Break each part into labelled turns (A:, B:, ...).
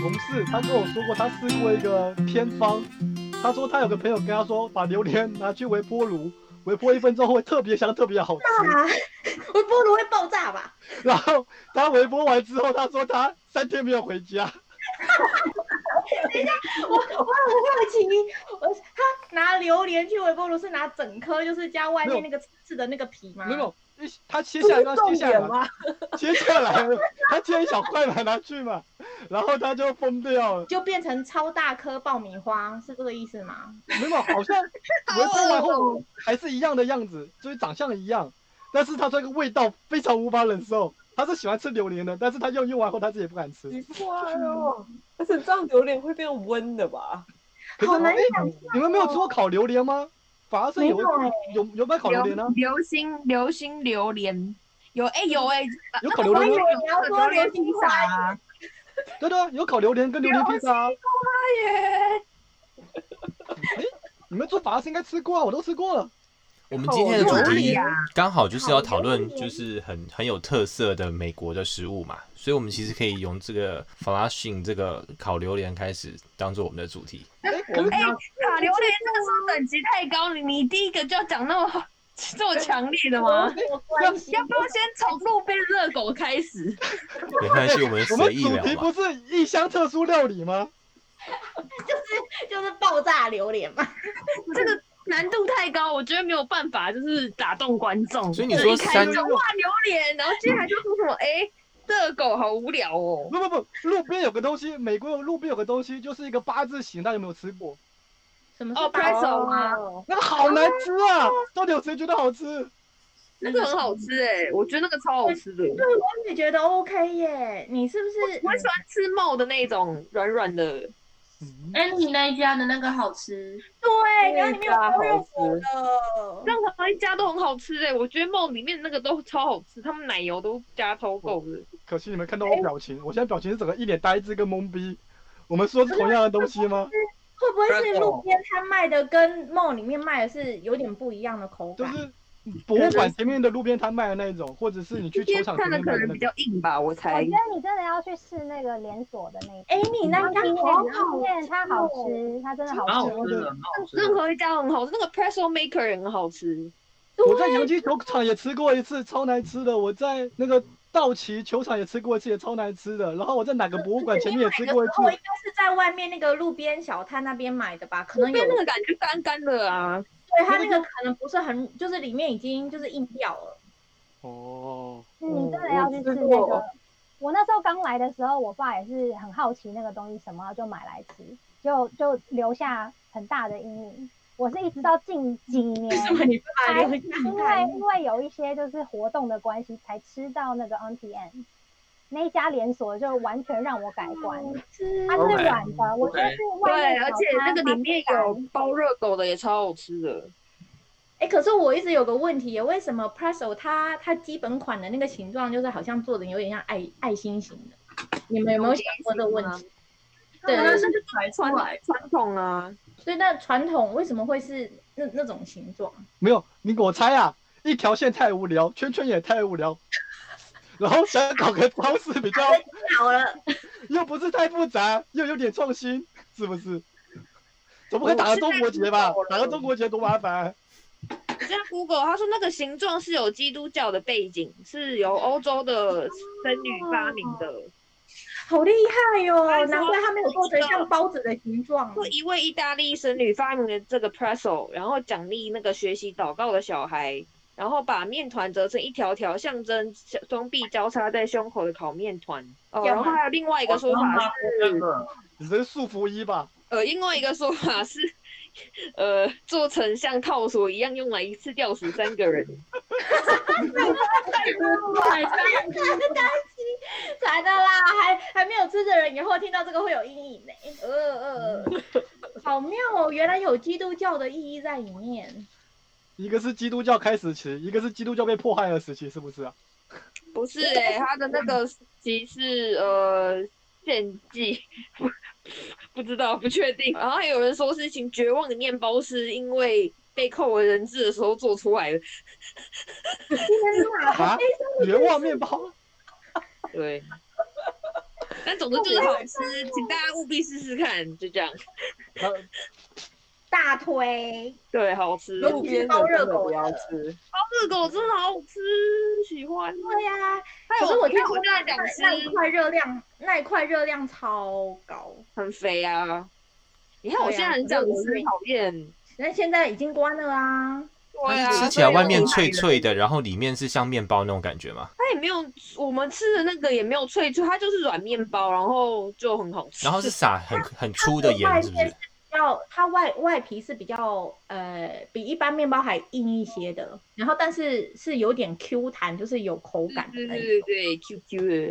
A: 同事，他跟我说过，他试过一个偏方，他说他有个朋友跟他说，把榴莲拿去微波炉，微波一分钟后会特别香，特别好吃。
B: 啊， 微波炉会爆炸吧？
A: 然后他微波完之后，他说他三天没有回家，
B: 我我很好奇，我他拿榴莲去微波炉是拿整颗，就是加外面那个刺刺的那个皮吗？
A: 没有，一他切
C: 不
A: 下来，
C: 是
A: 他切
C: 重
A: 下来
C: 点
A: 嘛，
C: 吗？
A: 切下来，他切一小块嘛，拿去嘛，然后他就疯掉了。
B: 就变成超大颗爆米花，是这个意思吗？
A: 没有，好 像
B: 哦
A: 微波完后还是一样的样子，就是长相一样，但是它这个味道非常无法忍受。他是喜欢吃榴莲的，但是他用用完后他自己也不敢吃。
C: 哇
D: 哦
C: 哟！而且这样榴莲会变温的吧？
A: 可是
B: 好难
A: 哎
B: 想象
A: 你们没有吃过烤榴莲吗？法式有
B: 没有哎
A: 有有卖烤榴莲呢？啊
E: 流星流星榴莲，有哎、有哎、
A: 有烤榴
B: 我以
A: 莲
B: 为
A: 吗？
B: 你要说
E: 榴
B: 流
E: 莲披
B: 星
E: 萨
B: 花
E: 啊，
A: 对对啊，有烤榴莲跟榴莲披萨啊。哎
E: 耶！
A: 你们做法式应该吃过啊，我都吃过了。
F: 我们今天的主
E: 好
F: 题
E: 厉害
F: 刚好就是要讨论
B: 好，
F: 就是很很有特色的美国的食物嘛，所以我们其实可以用这个 flashing 这个烤榴莲开始当做我们的主题。
A: 哎，我
E: 哎、
A: 们
E: 烤榴莲这个是等级太高，你你第一个就要讲那么 这么强烈的
B: 有
E: 吗？
B: 什么关系
E: 要不要先从路边热狗开始？
F: 没关系，我们
A: 哎我们
F: 随意啊
A: 主
F: 聊
A: 题
F: 嘛。
A: 不是异乡特殊料理吗？
B: 就是爆炸榴莲 嘛，
E: 这个难度太高，我觉得没有办法，就是打动观众。
F: 所以你说
E: 一开始
F: 三
E: 就哇榴莲，然后接下来就说什么哎热狗好无聊哦。
A: 不不不，路边有个东西，美国路边有个东西，就是一个八字形，大家有没有吃过？
B: 什么
E: 哦
B: 是
E: 拍
B: 爆
E: 手吗？
A: 那个好难吃啊！到底有谁觉得好吃？
E: 那个很好吃哎、我觉得那个超好吃的。
B: 我也觉得 OK 耶，你是不是？
E: 我很喜欢吃冒的那种软软的，
A: 嗯
G: 安妮哎那一家的那个好吃，
B: 对，然后
E: 那一
B: 里面有
E: 家
B: 包
E: 好
B: 肉
E: 吃
B: 骨的，
E: 任何一家都很好吃哎、我觉得冒里面那个都超好吃，他们奶油都加超够
C: 哦
E: 的。
A: 可惜你们看到我表情，我现在表情是整个一脸呆滞跟懵逼。我们说是同样的东西吗？
B: 会不会是路边摊卖的跟梦里面卖的是有点不一样的口
A: 就
B: 感？
A: 是博物馆前面的路边摊卖的那一种，或者是你去球场前
E: 看的
A: 面
E: 可
A: 卖的
E: 能
A: 那
E: 比
A: 种。
E: 较硬吧，我
C: 我
E: 猜
C: 觉。得你真的要去试那个连锁的那一
B: 哎，你那家好好哦
C: 面，它好吃，它真的
H: 蛮
C: 好
H: 好
C: 吃。
H: 吃的，蛮好吃
E: 任
H: 的。
E: 何一家很好吃，那个 Presso Maker 也很好吃。
A: 我在洋基球场也吃过一次，超难吃的。我在那个道奇球场也吃过一次，也超难吃的。然后我在哪个博物馆前面也吃过一
B: 我应
A: 次，
B: 该是在外面那个路边小摊那边买的吧，可能
E: 因
B: 有
E: 为那个感觉干干的啊，
B: 对它那个可能不是很，就是里面已经就是硬掉了。
A: 哦，
E: 嗯
B: 嗯
C: 你真的
E: 啊
C: 要去吃那个。我那时候刚来的时候，我爸也是很好奇那个东西什么，就买来吃，就就留下很大的阴影。我是一直到近几
B: 嗯为
C: 年
B: 什，么你爸留
C: 因
B: 下
C: 为
B: 来？
C: 因为有一些就是活动的关系，才吃到那个 Auntie Anne 那一家连锁，就完全让我改观。
B: 哦
C: 它
E: 哦
C: 是
H: OK，
C: 软的，我觉得是外
E: 对，
C: 面
E: 而
C: 小
E: 且那
C: 摊
E: 个
C: 它
E: 里面
C: 干
E: 有包热狗的，也超好吃的。
B: 哎、可是我一直有个问题耶，为什么 Presso 它它基本款的那个形状就是好像做的有点像爱爱心型的？你们有没有想过这个
E: 啊
B: 问题？对，
G: 那是
E: 来传传统啊，
B: 所以那传统为什么会是那那种形状？
A: 没有，你给我猜啊！一条线太无聊，圈圈也太无聊，然后想搞个超市比较，
B: 好了，
A: 又不是太复杂，又有点创新，是不是？总不可以打个中国结吧？打个中国结多麻烦。
E: 我现在 Google 他说那个形状是有基督教的背景，是由欧洲的僧侣发明的，
B: 好厉害哟、
E: 哎
B: 难怪它没有做成像包子的形状。
E: 说一位意大利僧侣发明了这个 presso，然后奖励那个学习祷告的小孩，然后把面团折成一条条，象征双臂交叉在胸口的烤面团。哦，
B: 干
E: 然
B: 嘛
E: 后还有另外一个说法是，
H: 真的，
A: 你这是束缚衣吧？
E: 呃，另外一个说法是，呃，做成像套索一样用来一次吊死三个人。
B: 惨的啦，还还没有吃的人以后听到这个会有阴影呢、呃呃，好妙哦，原来有基督教的意义在里面。
A: 一个是基督教开始期，一个是基督教被迫害的时期，是不是啊？
E: 不是哎、他的那个集是呃献祭，不不知道不确定。然后还有人说是请绝望的面包师，因为被扣为人质的时候做出来的。
A: 啊，绝望面包，
E: 对， 但总之就是好吃，请大家务必试试看，就这样。
A: 它
B: 大推，
E: 对，好吃。
B: 尤
D: 路
B: 其
D: 边
E: 热
D: 的真的不要吃，
E: 狗哦真的好吃，喜欢。
B: 对呀、
E: 还
B: 可是我听
E: 我
B: 说
E: 这样讲吃
B: 那一块热量，那一块热量超高，
E: 很肥啊。你看我
B: 对啊
E: 现在很想吃，讨厌。
B: 那现在已经关了啊。
E: 对
F: 它
E: 啊，
F: 是吃起来
E: 所以
F: 外面
E: 我
F: 脆脆的，然后里面是像面包那种感觉嘛。
E: 它也没有，我们吃的那个也没有脆脆，它就是软面包，然后就很好吃。
F: 然 后是撒很很粗的
B: 它
F: 盐，
B: 是
F: 是不
B: 外面
F: 是
B: 是？比较它外外皮是比较呃比一般面包还硬一些的，然后但是是有点 Q 弹，就是有口感的
E: 对
B: 那
E: 对
B: 一
E: 对对，Q Q 的。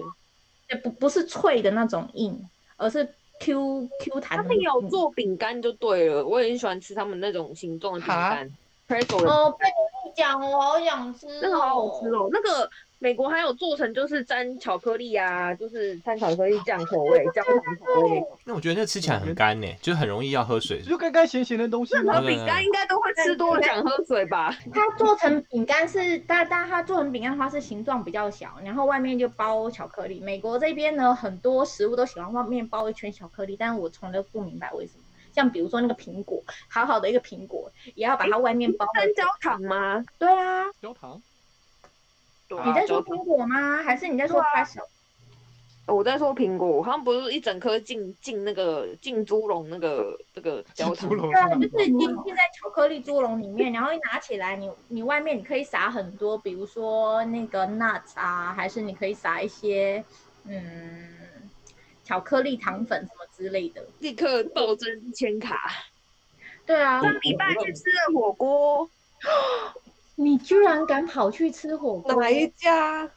B: 种，不不是脆的那种硬，而是 Q Q 弹的
E: 他
B: 那
E: 们
B: 种硬。
E: 有做饼干就对了，我也很喜欢吃他们那种形状的饼干 p r e t z e
B: 哦，被你讲，我好想吃、
E: 那个好好吃。哦。那个美国还有做成就是沾巧克力啊，就是沾巧克力酱口味、焦糖口味。
F: 那我觉得那吃起来很干呢、就很容易要喝水。
A: 就干干咸咸的东西
E: 那
A: 嘛。
E: 饼干应该都会吃多了想喝水吧？
B: 它做成饼干是，但但它做成饼干的话是形状比较小，然后外面就包巧克力。美国这边呢，很多食物都喜欢外面包一圈巧克力，但是我从来不明白为什么。像比如说那个苹果，好好的一个苹果，也要把它外面包了。
E: 沾焦糖吗？
B: 对啊，
A: 焦糖，
E: 对
A: 啊
B: 你在说
E: 焦糖
B: 苹果吗？还是你在说 p r e s s
E: 啊呃我在说苹果，他们不是一整颗进进那个进猪笼那个那 个 焦糖
A: 猪，笼
B: 对，啊就是你浸在巧克力猪笼里面，然后一拿起来，你你外面你可以撒很多，比如说那个 nuts 啊，还是你可以撒一些嗯巧克力糖粉什么之类的。
E: 立刻暴增一千卡。
B: 对啊，
E: 上礼拜去吃了火锅，
B: 你居然敢跑去吃火锅？
E: 哪一家？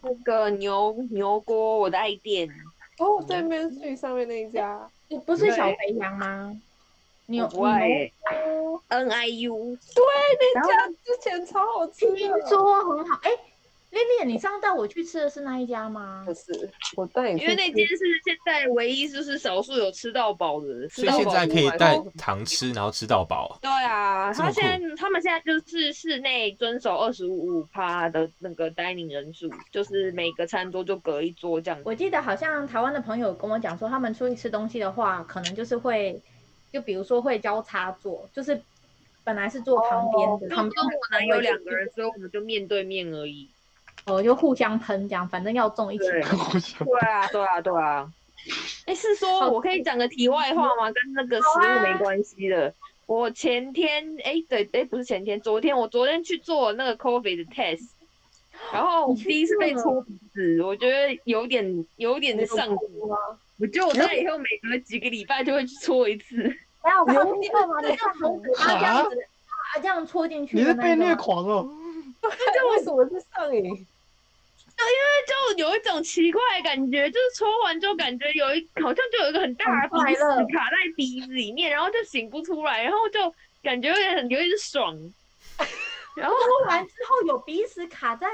E: 那个牛牛锅，我的爱店。
D: 哦，对面去上面那一家，
B: 你不是小肥羊吗？你有
E: 我不爱
B: 你
E: 欸 NIU，
D: 那家之前超好吃
B: 有
D: 的
B: 听，说很好？哎、丽丽，你上次带我去吃的是那一家吗
D: 不？是我带你去
E: 因为那间是现在唯一就是少数有吃到饱的，吃
F: 所以
E: 到
F: 现
E: 饱
F: 在
E: 的
F: 可以
E: 晚
F: 带
E: 上
F: 糖吃，然后吃到饱。
E: 对啊，
F: 这么
E: 他现在他们现在就是室内遵守二十五趴的那个 dining 人数，就是每个餐桌就隔一桌这样。
B: 我记得好像台湾的朋友跟我讲说，他们出去吃东西的话，可能就是会，就比如说会交叉坐，就是本来是坐旁边的，
E: 哦就
B: 旁
E: 跟
B: 边的
E: 我男友两个人，所以我们就面对面而已。
B: 哦，就互相喷这样，反正要中一起
E: 对
B: 喷。
A: 我想
E: 对啊，对啊，对啊。哎，是
B: 哦
E: 说我可以讲个题外话吗？跟那个食物没关系的。我前天，哎，对，哎，不是前天，昨天，我昨天去做那个 COVID 的 test，然后
B: 你去
E: 第一次被
B: 做了
E: 戳鼻子，我觉得有点有点上火。我觉得我大概以后每隔几个礼拜就会去搓一 次。
C: 等
B: 啊
C: 下我看不错吗？
B: 对，
C: 你
B: 要
C: 看
B: 从
C: 很
B: 嘴巴这样子啊，这样戳进去
A: 你是
B: 的那
A: 被
B: 一
A: 虐
B: 种。
A: 狂哦，
D: 那为什么是上 瘾？
E: 就有一种奇怪的感觉，就是抽完之后感觉有一好像就有一个很大的鼻屎
B: 很快乐
E: 卡在鼻子里面，然后就醒不出来，然后就感觉有点很有点 爽。然后
B: 戳完之后有鼻屎卡在，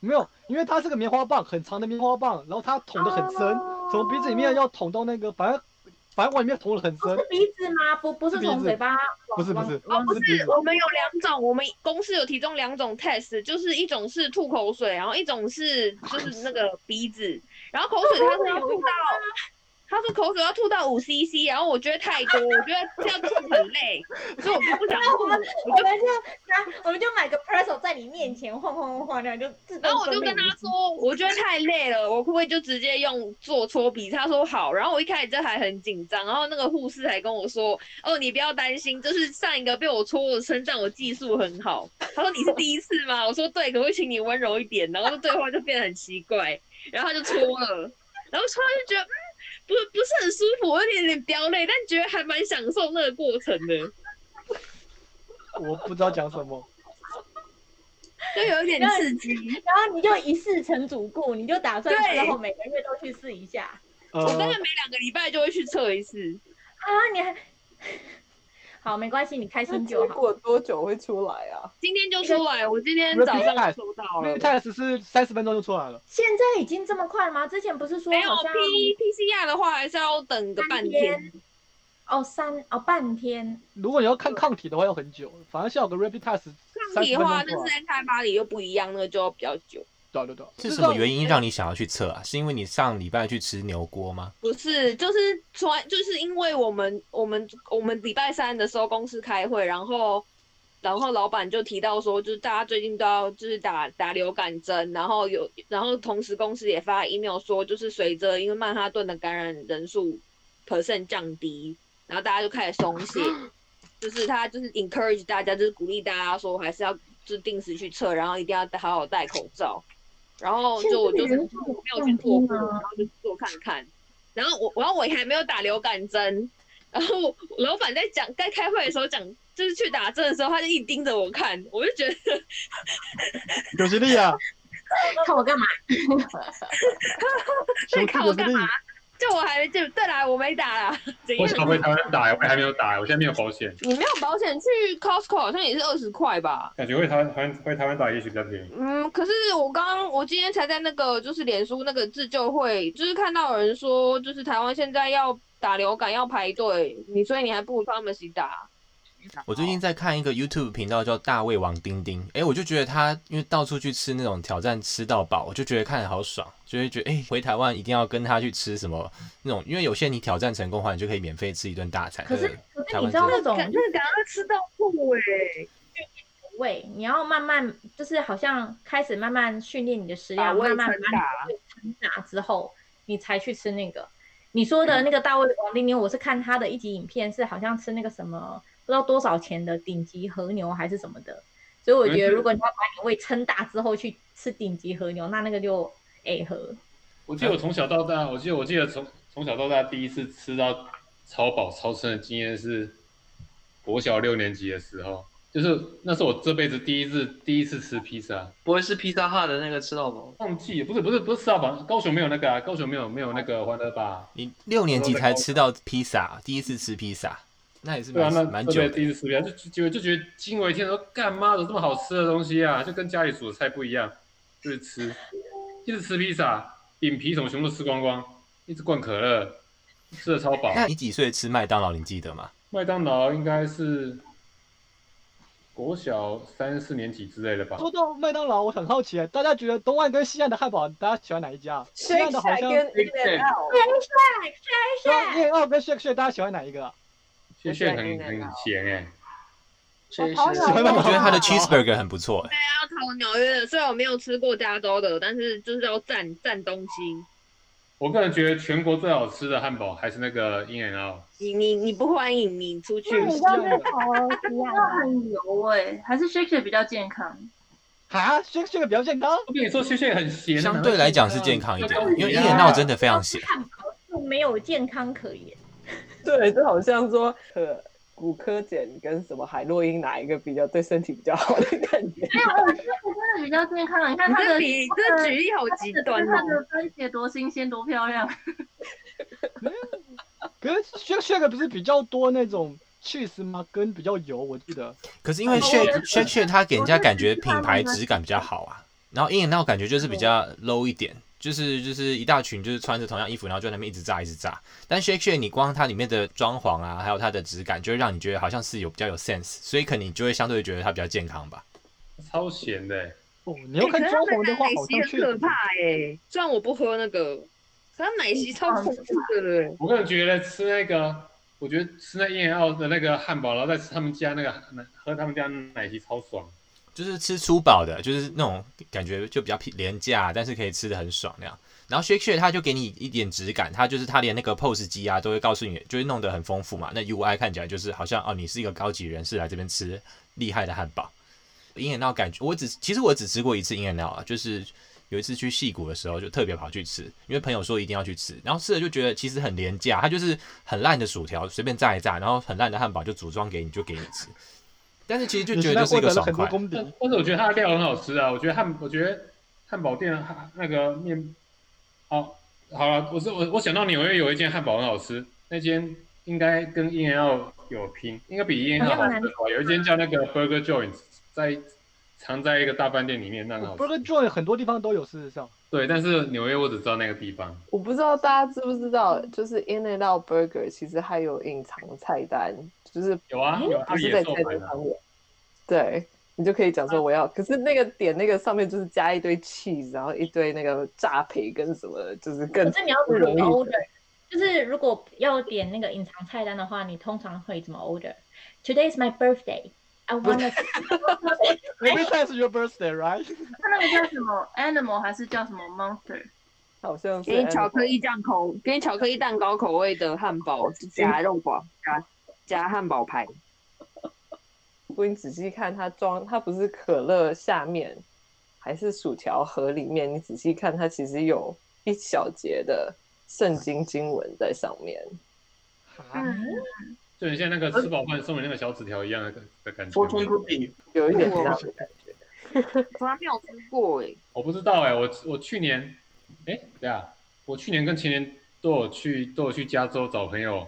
A: 没有，因为它是个棉花棒，很长的棉花棒，然后它捅得很深，
B: 哦
A: 从鼻子里面要捅到那个，反正反正往里面捅得很
B: 不
A: 深
B: 是，鼻子吗？不，不是
A: 是鼻
B: 从
A: 子
B: 嘴巴
A: 不
B: 往，
A: 是不是
B: 往哦
A: 不
B: 往
A: 是鼻子，
E: 啊我们有两种，我们公司有提供两种 test，就是一种是吐口水，然后一种是就是那个鼻子，然后口水它是要 吐到，他说口水要吐到五 cc，然后我觉得太多，我觉得这样吐很累，所以我就不想吐，
B: 我
E: 我就
B: 们就拿，啊我们就买个 presso 在你面前晃晃晃晃，这样就自动
E: 然后我就
B: 分
E: 跟
B: 泌
E: 他说，我觉得太累了，我可不可以就直接用做搓鼻？他说好。然后我一开始这还很紧张，然后那个护士还跟我说，哦，你不要担心，就是上一个被我搓的称赞我技术很好。他说你是第一次吗？我说对，可不可以请你温柔一点？然后这对话就变得很奇怪，然后他就搓了，然后搓完就觉得。嗯不不是很舒服，我有点有点飙泪，但觉得还蛮享受那个过程的，
A: 我不知道讲什么，
E: 就有一点刺激。
B: 然后你就一试成主顾，你就打算
E: 对
B: 之后每个月都去试一下
E: 我大概
A: 呃
E: 每，两个礼拜就会去测一次。
B: 啊！你还 好，没关系，你开
D: 那
B: 心
D: 结
B: 就好。
D: 果多久会出来啊？
E: 今天就出来，我今天早上就收到
A: 因
E: 了
A: 为。test 是三十分钟就出来了，
B: 现在已经这么快了吗？之前不是说
E: 没有
B: 好
E: P
B: 像
E: P C R 的话，还是要等个半天。
B: 哦三哦半天，
A: 如果你要看抗体的话要很久，反正像有个 rapid test
E: 抗体的话，
A: 30分钟
E: 那
A: 出来
E: 是 N 开巴黎又不一样，那个就要比较久。
A: 对啊对啊对啊，
F: 是什么原因让你想要去测啊？是因为你上礼拜去吃牛锅吗？
E: 不是，就是从来就是因为我们我们我们礼拜三的时候公司开会，然后然后老板就提到说，就是大家最近都要就是打打流感针，然后有然后同时公司也发 email 说，就是随着因为曼哈顿的感染人数 percent 降低，然后大家就开始松懈，就是他就是 encourage 大家，就是鼓励大家说还是要就定时去测，然后一定要好好戴口罩。然后哦就我就是没有去做过，然后就去做看看。然后我，然后我也还没有打流感针。然后老板在讲，在开会的时候讲，就是去打针的时候，他就一盯着我看，我就觉得
A: 有实 力啊，
B: 看我干嘛？
A: 什
E: 在
A: 么
E: 看
A: 有
E: 我
A: 实
E: 干
A: 力？
E: 嘛？ 就我还没就对啦，我没打啦。怎
I: 我
E: 样？
I: 想回台湾打，我还没有打，我现在没有保险，
E: 你没有保险去 Costco 好像也是二十块吧？
I: 感觉回台湾台湾回台湾打也许比较便宜。
E: 嗯，可是我刚我今天才在那个就是脸书那个自救会，就是看到有人说，就是台湾现在要打流感要排队，你所以你还不如帮他们一起打。
F: 我最近在看一个 YouTube 频道叫大胃王丁丁，诶，我就觉得他因为到处去吃那种挑战吃到饱，我就觉得看着好爽，就会觉得诶，回台湾一定要跟他去吃什么那种，因为有些你挑战成功的话，你就可以免费吃一顿大餐。
B: 可是
F: 呃
B: 可是
F: 台
B: 你
F: 湾
B: 知道
F: 真的
B: 那种
E: 就是赶快吃到吐哎、
B: 喂，你要慢慢就是好像开始慢慢训练你的食
E: 把
B: 量，
E: 胃
B: 慢慢
E: 撑
B: 把
E: 大
B: 你的胃撑大之后，你才去吃那个。你说
E: 嗯
B: 的那个大胃王丁丁，我是看他的一集影片，是好像吃那个什么不知道多少钱的顶级和牛还是什么的，所以我觉得
I: 嗯
B: 如果你要把你胃撑大之后去吃顶级和牛，那那个就哎 和
I: 我记得我从小到大，我记得我记得从从小到大第一次吃到超饱超撑的经验是国小六年级的时候，就是那是我这辈子第一次第一次吃披萨，
J: 不会是披萨哈的那个吃到饱？
I: 忘记不是不是不是吃到饱，高雄没有那个啊，高雄没有没有那个欢乐吧？
F: 你六年级才吃到披萨，第一次吃披萨，那也是
I: 对啊，
F: 蛮
I: 那
F: 蛮
I: 这
F: 久
I: 辈子第
F: 的。
I: 一次吃披萨，就就就就觉得惊为天人，说干妈有这么好吃的东西啊，就跟家里煮的菜不一样，就是吃，一直吃披萨，饼皮什么全部都吃光光，一直灌可乐，呃吃的超饱。
F: 那你几岁吃麦当劳？你记得吗？
I: 麦当劳应该是国小三四年级之类的吧？
A: 说到麦当劳，我很好奇，大家觉得东岸跟西岸的汉堡，大家喜欢哪一家？西岸
D: Shake
A: 的好
D: Shack
A: 像
D: 跟 In and Out，
A: 对，因为二跟 Shake Shake，大家喜欢哪一个？
I: 现在很很咸哎、
J: 所以
C: 好
J: 是
C: 讨厌
F: 我觉得他的
A: 哦
F: cheeseburger 很不错、欸诶
E: 要投纽约的，虽然我没有吃过加州的，但是就是要蘸蘸东西。
I: 我个人觉得全国最好吃的汉堡还是那个 In and Out，
E: 你你你不欢迎你出去
C: 那，你就是跑了一样
G: 那
C: 啊。
G: 很油哎、还是 shake shake 比较健康。
A: 哈，Shake Shake 比较健康。
I: 我跟你说，谢谢很咸，
F: 相对来讲是健康一点，因为一
I: 因
F: 眼闹真的非常咸。
B: 汉堡就没有健康可言。
D: 对，就好像说呃，骨科碱跟什么海洛因哪一个比较对身体比较好的感觉？
G: 没有，我觉得真的比较健康。你看
E: 你
G: 它
E: 这
G: 的
E: 比
G: 它
E: 这
G: 的
E: 举例好极端
G: 它
E: 哦。
G: 的番茄多新鲜，多漂亮。
A: 可是 Shake Shake 不是比较多那种 cheese 吗？跟比较油，我记得。
F: 可是因为 Shake Shake Shake 它给人家感觉品牌质感比较好啊，然后 In and Out 感觉就是比较 low 一点，就是就是一大群就是穿着同样衣服，然后就在那边一直炸一直炸。但 Shake Shake 你光它里面的装潢啊，还有它的质感，就会让你觉得好像是有比较有 sense，所以可能你就会相对觉得它比较健康吧。
I: 超咸的、
A: 哦，你要看
E: 欸
A: 装潢的话，
E: 可
A: 好
E: 是它奶
A: 像确
E: 昔很可
A: 实
E: 怕哎、虽然我不喝那个，可它奶昔超恐怖的嘞。
I: 我个人觉得吃那个，我觉得吃那 In and Out 的那个汉堡，然后再吃他们家那个喝他们家奶昔超爽。
F: 就是吃粗饱的，就是那种感觉就比较廉价，但是可以吃的很爽那样。然后 shake shake 它就给你一点质感，它就是它连那个 pose 机啊都会告诉你，就是弄得很丰富嘛。那 UI 看起来就是好像哦，你是一个高级人士来这边吃厉害的汉堡。鹰眼闹感觉我只其实我只吃过一次鹰眼闹啊，就是有一次去戏谷的时候就特别跑去吃，因为朋友说一定要去吃，然后吃了就觉得其实很廉价，它就是很烂的薯条随便炸一炸，然后很烂的汉堡就组装给你就给你吃，但是其实就
A: 你
F: 觉
A: 现
F: 得
A: 在获得
F: 就是一个
A: 了
F: 爽
A: 很多
F: 快。
A: 功
I: 但
A: 底。
I: 但是我觉得它的料很好吃啊，我觉得汉我觉得汉堡店的汉那个面，好好了，我是我我想到纽约有一间汉堡很好吃，那间应该跟 In and Out 有拼，应该比 In and Out 好吃吧？有一间叫那个 Burger Joint，在藏在一个大饭店里面，那很好
A: Burger
I: 吃。
A: Joint 很多地方都有，事实上，
I: 对，但是纽约我只知道那个地方，
D: 我不知道大家知不知道，就是 In and Out Burger 其实还有隐藏菜单，就是
I: 有啊有啊，
D: 不是
I: 野
D: 在
I: 兽
D: 菜
I: 版
D: 单
I: 的啊
D: 上面。对，你就可以讲说我要，可是那个点那个上面就是加一堆 cheese，然后一堆那个炸培跟什么的，就是更
B: 可是你要
D: 不
B: 怎么
D: 容易
B: order？就是如果要点那个隐藏菜单的话，你通常会怎么 order？Today is my birthday. I want a
A: Every time is your birthday, right？
G: 他那个叫什么 animal 还是叫什么 monster？
D: 好像是
E: 给你巧
D: animal
E: 克力酱口，给你巧克力蛋糕口味的汉堡，夹肉堡，夹夹汉堡排。
D: 如果你仔细看它装，它不是可乐下面，还是薯条盒里面，你仔细看它其实有一小节的圣经经文在上面。
J: 啊
G: 嗯，
I: 就很像那个吃饱饭送你那个小纸条一样的的感觉。
J: 佛中之地，
D: 有一点这样的感觉。
E: 从来没有吃过哎、
I: 我不知道哎、我我去年，哎、对啊，我去年跟前年都有去都有去加州找朋友，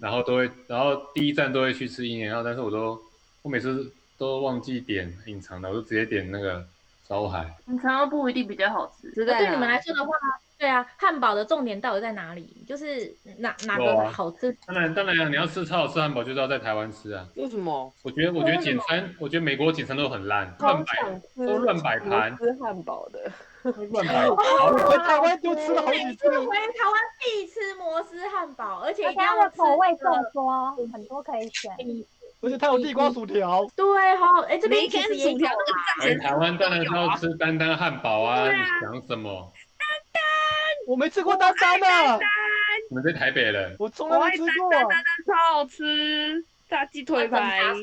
I: 然后都会，然后第一站都会去吃鹰眼，然后但是我都我每次都忘记点隐藏的，我就直接点那个烧海。
G: 你肠道不一定比较好吃。
E: 是在
B: 对
E: 哪
B: 你们来说的话，对啊，汉堡的重点到底在哪里？就是哪哪
I: 有
B: 个
I: 啊
B: 好吃？
I: 当然当然啊，你要吃超好吃汉堡，就是要在台湾吃啊。
D: 为什么？
I: 我觉得我觉得简餐，我觉得美国简餐都很烂，
D: 好
I: 乱摆
D: 想吃
I: 都乱摆盘
D: 吐司汉堡的，
I: 乱摆。
A: 回哦台湾就吃了好几次
B: 次。回台湾必吃摩斯汉堡，而且
C: 而
B: 一
C: 且
B: 定
C: 它
B: 要
C: 的
B: 吃
C: 口味众多，很多可以选。
A: 而且它有地瓜薯条，
B: 对哈，哎，这边
E: 每一
B: 其
E: 天
B: 实也
E: 薯
B: 有
E: 条
B: 啊。
E: 那
I: 哎
E: 个
I: 台湾当然是要吃丹丹汉堡啊，你想什么？
A: 哎我没吃过丹丹啊，
I: 你们在台北人，
A: 我从来没吃过。
E: 超好吃，炸鸡腿排，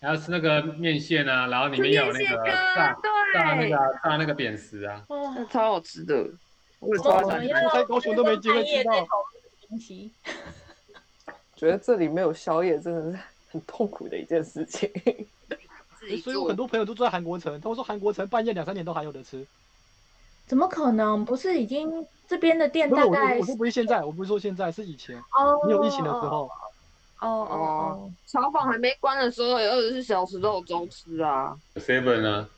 I: 还要吃那个面线啊，然后里
E: 吃
I: 面
E: 面
I: 要有那
E: 线
I: 个
E: 羹
I: 炸，炸那
E: 对哦
I: 个，啊炸那个扁食啊，
E: 那超好吃的。我
A: 我
E: 也超
A: 我
E: 想吃。
A: 在高雄都没机会吃到。
D: 觉得这里没有宵夜真的是很痛苦的一件事情。
E: 自
A: 哎
E: 己
A: 所以我
E: 做
A: 很多朋友都住在韩国城，他们说韩国城半夜两三点都还有得吃。
B: 怎么可能？不是已经这边的店
A: 不
B: 大
A: 是，我
B: 概
A: 我说不是现在，我不是说现在，是以前
B: 哦
A: 你有疫情的时候，
B: 哦哦哦，
E: 炒房还没关的时候，有二十四小时都有粥吃啊。
I: 有 seven 啊，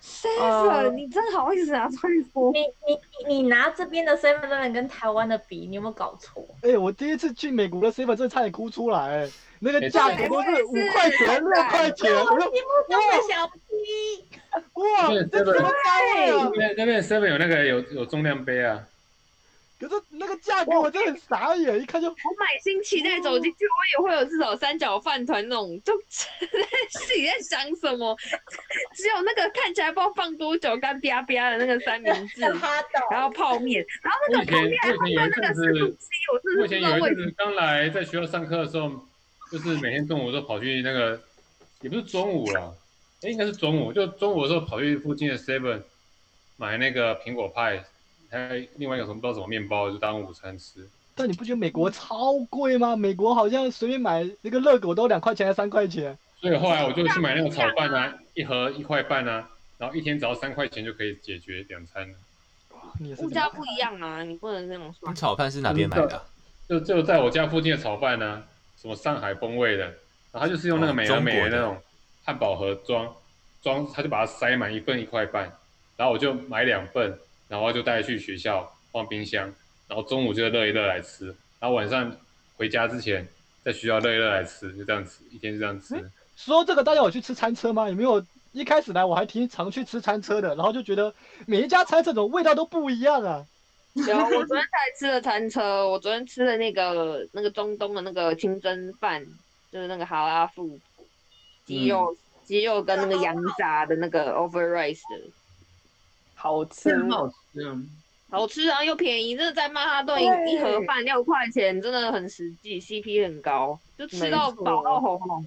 E: Seven，、你啊
A: 呃
E: 真的好意思拿出来说？
B: 呃你你你你拿这边的 Seven Eleven 跟台湾的比，你有没有搞错？
A: 哎、我第一次去美国的 seven 真的差点哭出来、哎那个价格
B: 哎
A: 都是五
E: 啊我也是
A: 块钱、六块钱，我说
B: 不是小鸡，
A: 哇，
E: 哦
A: 这什么单位啊
I: 那？边那边 seven 有那个有有重量杯啊，
A: 可是那个价格我真的很傻眼，一看就
E: 我满心期待走进去，我也会有至少三角饭团那种，就 自己在想什么？ 只有那个看起来不知道放多久干啪啪的那个三明 治，
B: 哈
E: 然后泡面，然后那
I: 我
E: 个
I: 以前
E: 泡面还
I: 我以前有
E: 放到那个深度鸡，我真的不嗯知道
I: 一阵子我以前有一
E: 为
I: 阵
E: 什么。
I: 子刚来在学校上课的时候，就是每天中午都跑去那个，也不是中午啦，哎、应该是中午，就中午的时候跑去附近的 seven 买那个苹果派，还有另外一个什么不知道什么面包，就当午餐吃。
A: 但你不觉得美国超贵吗？美国好像随便买那个热狗都两块钱还三块钱，
I: 所以后来我就去买那个炒饭啊，一盒一块半啊，然后一天只要三块钱就可以解决两餐了。
A: 你也是
E: 物
A: 这样
E: 价不一样啊，你不能这样说。
F: 炒饭是哪边买的啊？
I: 就就在我家附近的炒饭呢、啊什么上海风味的，然后他就是用
F: 哦
I: 那个美而美的那种汉堡盒装装，他就把它塞满一份一块半，然后我就买两份，然后就带去学校放冰箱，然后中午就热一热来吃，然后晚上回家之前在学校热一热来吃，就这样吃，一天就这样吃。
A: 说到这个，大家有去吃餐车吗？有没有？一开始来我还挺常去吃餐车的，然后就觉得每一家餐车怎么味道都不一样啊。
E: 有，我昨天才吃了餐车，我昨天吃的那个那个中东的那个清真饭，就是那个哈拉富鸡
I: 嗯
E: 肉、鸡肉跟那个羊杂的那个 over rice 的，
D: 好吃
J: 真的很好吃啊。
E: 好吃，然后又便宜，真的在曼哈顿
D: 对
E: 一一盒饭六块钱，真的很实际，CP 很高，就吃到
D: 没错
E: 饱到红红。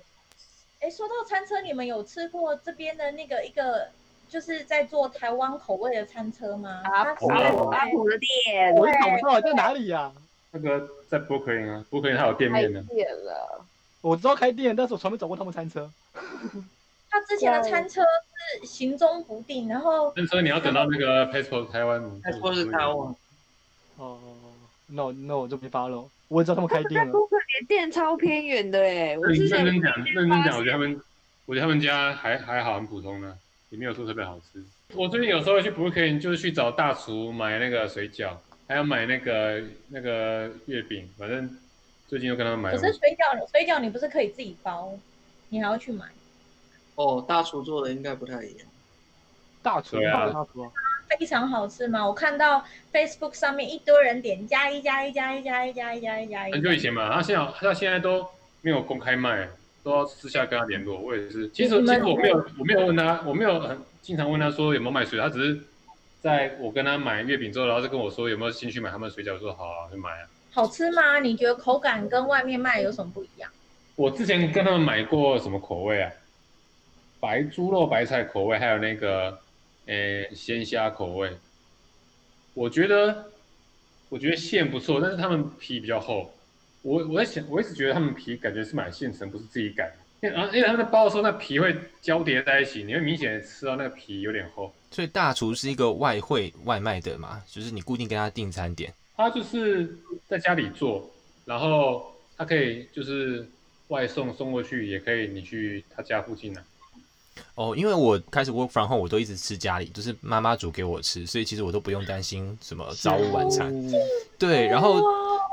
B: 哎，说到餐车，你们有吃过这边的那个一个，就是在做台湾口味的餐车吗？
E: 阿
B: 它
E: 普
B: 是
E: 阿
B: 在
E: 普阿普的店，
A: 我也找不到在哪里呀、
I: 那个在 Brooklyn 啊，Brooklyn 还有店面呢、
E: 店了，
A: 我知道开店，但是我从来没找过他们餐车。
B: 它之前的餐车是行踪不定，然后
I: 那所以你要等到那个 Passport 台湾，
J: 还说是台湾，
A: 哦，no no，我就没发了。哦我也知道他们开店
E: 在
A: 了。
E: 布克连店超偏远的哎， 我之
I: 认
E: 前
I: 认真讲，认真讲，我觉得他们，我觉得他们家还还好，很普通的，也没有说特别好吃。我最近有时候会去 Brooklyn，就是去找大厨买那个水饺，还有买那个那个月饼，反正最近又跟他们买
B: 可
I: 东
B: 是
I: 西。
B: 水饺，水饺你不是可以自己包，你还要去买？
J: 哦，大厨做的应该不太一样。
A: 大厨
I: 对啊
A: 大厨啊，
B: 非常好吃吗？我看到 Facebook 上面一堆人点加一加一加一加一加一加一加一，
I: 很久以前嘛，他现在他现在都没有公开卖，都要私下跟他联络。我也是，其实
B: 你
I: 其
B: 们
I: 实我没有我没有问他，我没有很经常问他说有没有买水，他只是在我跟他买月饼之后，然后就跟我说有没有兴趣买他们的水饺，我说好啊，就买啊。
B: 好吃吗？你觉得口感跟外面卖有什么不一样？
I: 我之前跟他们买过什么口味啊？白猪肉白菜口味，还有那个诶鲜虾口味。我觉得我觉得馅不错，但是他们皮比较厚。我我在想，我一直觉得他们皮感觉是买现成，不是自己擀。因为啊，因为他们在包的时候，那皮会交叠在一起，你会明显吃到那个皮有点厚。
F: 所以大厨是一个外汇外卖的嘛，就是你固定跟他订餐点。
I: 他就是在家里做，然后他可以就是外送送过去，也可以你去他家附近拿。啊
F: 哦，因为我开始 work from home，我都一直吃家里，就是妈妈煮给我吃，所以其实我都不用担心什么早午晚餐。对，然后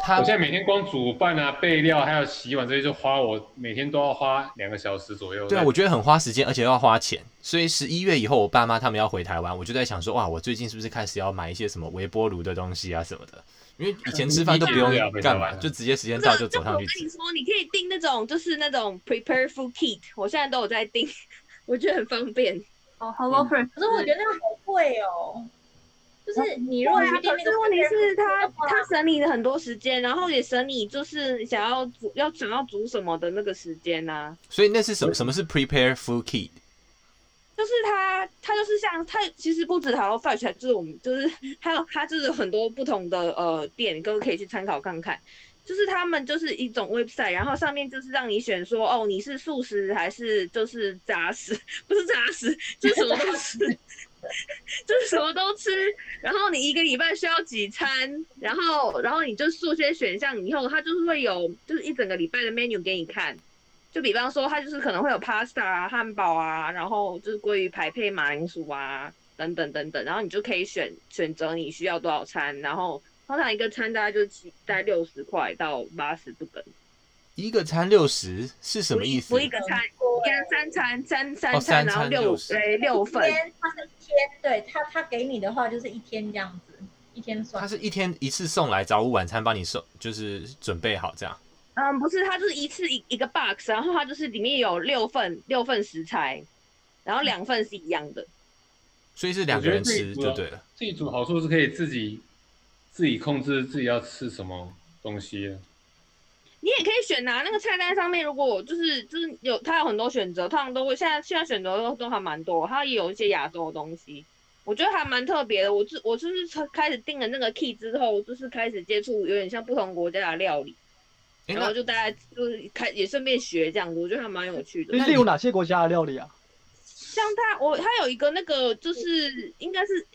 F: 他
I: 我现在每天光煮饭啊、备料还有洗碗这些，就花我每天都要花两个小时左右。
F: 对啊，我觉得很花时间，而且要花钱。所以十一月以后，我爸妈他们要回台湾，我就在想说，哇，我最近是不是开始要买一些什么微波炉的东西啊什么的？因为以前吃饭都不用干嘛，就直接时间到就走
E: 啊我
F: 上去
E: 跟你
F: 吃。
E: 说，你可以订那种就是那种 prepare food kit，我现在都有在订，我觉得很方便。
G: 哦，Hello Fresh，
F: 嗯
B: 可是我觉得那个好贵哦，就是你如
E: 对
B: 果
E: 啊
B: 去，订
E: 可
B: 那个，
E: 是问题是它它省你很多时间，然后也省你就是想要煮要想要煮什么的那个时间啊呐、
F: 所以那是什么？什么是 prepare food kit？
E: 就是它，它就是像它其实不止 Hello Fresh，就是我们就是还有它就是有很多不同的呃店，各位可以去参考看看。就是他们就是一种 website，然后上面就是让你选说哦你是素食还是就是杂食， 不是杂食，就是什么都吃， 就是什么都吃。然后你一个礼拜需要几餐，然后然后你就数些选项以后，它就是会有就是一整个礼拜的 menu 给你看。就比方说，它就是可能会有 pasta 啊、汉堡啊，然后就是鲑鱼排配马铃薯啊，等等等等，然后你就可以选选择你需要多少餐，然后通常一个餐大概就七大概六十块到八十不等，
F: 一个餐六十是什么意思
E: 啊不？一个餐，一天三餐三三
F: 哦
E: 餐，
F: 三
E: 然后
F: 餐
E: 六
F: 60
E: 哎六份
B: 一，天，它是一天，对他他给你的话就是一天这样子，一天算
F: 他。是一天一次送来早午晚餐，帮你送，就是准备好这样。
E: 嗯，不是，它就是一次一一个 box，然后它就是里面有六份六份食材，然后两份是一样的。
F: 所以是两个人吃就对了。
I: 自己煮好处是可以自己自己控制自己要吃什么东西的。
E: 你也可以选啊拿、那个菜单上面，如果就是就是有它有很多选择，通常都会现在现在选择都都还蛮多，它也有一些亚洲的东西，我觉得还蛮特别的。我自我就是从开始订了那个 key 之后，就是开始接触有点像不同国家的料理，
F: 哎，
E: 然后
F: 那
E: 就大家就是开也顺便学这样子，我觉得还蛮有趣的。
A: 例如哪些国家的料理啊？
E: 像他，我他有一个那个就是应该是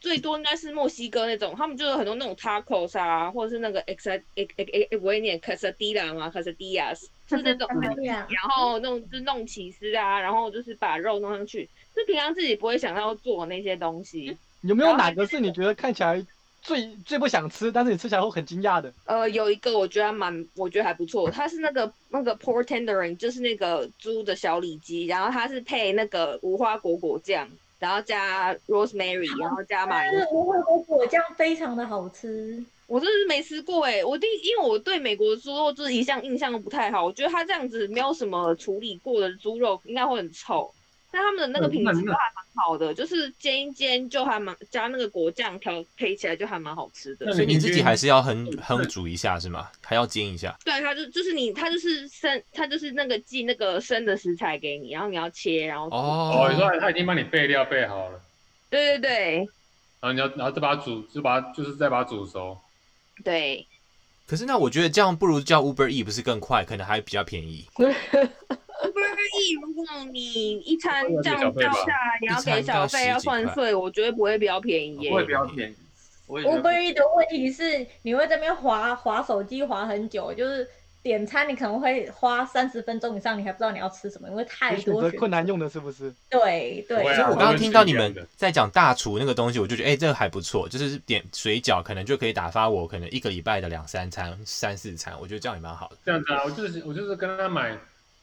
E: 最多应该是墨西哥那种，他们就有很多那种 tacos 啊，或者是那个 e，ex ex ex ex 维也 quesadilla 嘛，quesadillas 就是那种，然后弄就弄起司啊，然后就是把肉弄上去，就平常自己不会想要做那些东西。
A: 有没有哪个是你觉得看起来最最不想吃，但是你吃起来会很惊讶的？
E: 呃，有一个我觉得还蛮，我觉得还不错，它是那个那个 pork tendering，就是那个猪的小里脊，然后它是配那个无花果果酱，然后加 rosemary，然后加马
B: 但
E: 铃薯
B: 是。无花果果酱非常的好吃，
E: 我真的是没吃过哎、我第一因为我对美国猪肉就是一向印象都不太好，我觉得它这样子没有什么处理过的猪肉应该会很臭。但他们的那个
F: 哦
I: 嗯
E: 品
I: 那
E: 质都
I: 那
E: 还蛮好的，就是煎一煎就还蛮加那个果酱调配起来就还蛮好吃的
I: 那。
F: 所以你自己还是要哼
I: 嗯
F: 哼煮一下是吗？还要煎一下。
E: 对，它就就是你它就是生它就是那个寄那个生的食材给你，然后你要切，然后煮
I: 哦，你
F: 哦，
I: 说他已经帮你备料备好了，
E: 对对对
I: 然后你要然后再把它煮，就把它就是再把它煮熟。
E: 对，
F: 可是那我觉得这样不如叫 Uber E 不是更快，可能还比较便宜。
E: 不是一，如果你一餐
I: 会有
E: 这
I: 点
E: 样
I: 小费
E: 叫
I: 吧
E: 下来，你要
F: 一餐
E: 给小
F: 大
E: 费
F: 十
E: 要
F: 几
E: 算
F: 块
E: 税，我觉得不会比较便宜耶、
J: 我也比较便宜，我也觉
B: Uber
J: 得
B: E 的问题是，你会这边划划手机划很久，就是点餐你可能会花三十分钟以上，你还不知道你要吃什么，因为太
A: 有选
B: 多
A: 择
B: 选
A: 困难用的是不是？
B: 对对，
I: 对
F: 所以
I: 啊
F: 我刚刚听到你
I: 我们是
F: 们
I: 一样的
F: 在讲大厨那个东西，我就觉得哎、这个还不错，就是点水饺可能就可以打发我可能一个礼拜的两三餐、三四餐，我觉得这样也蛮好的。
I: 这样子啊，我就是我就是跟他买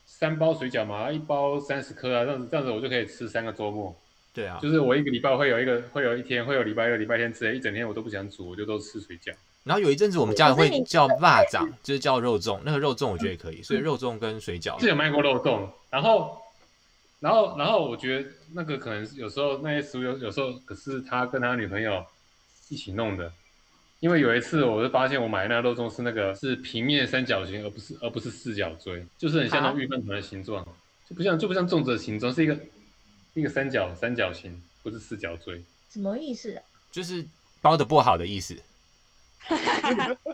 I: 三包水饺嘛，一包三十颗啊，这样子这样子我就可以吃三个周末。
F: 对啊，
I: 就是我一个礼拜会有一个，会有一天，会有礼拜六、礼拜天之类，一整天我都不想煮，我就都吃水饺。
F: 然后有一阵子我们家人会叫蚂蚱，就是叫肉粽，那个肉粽我觉得也可以，所以肉粽跟水饺
I: 是有卖过肉粽，然后，然后，然后我觉得那个可能是有时候那些食物有有时候可是他跟他女朋友一起弄的，因为有一次我就发现我买的那个肉粽是那个是平面三角形，而不是而不是四角锥，就是很像那种玉饭团的形状，就不像就不像粽子的形状，是一个一个三角三角形，不是四角锥，
B: 什么 意思啊？
F: 就是包的不好的意思。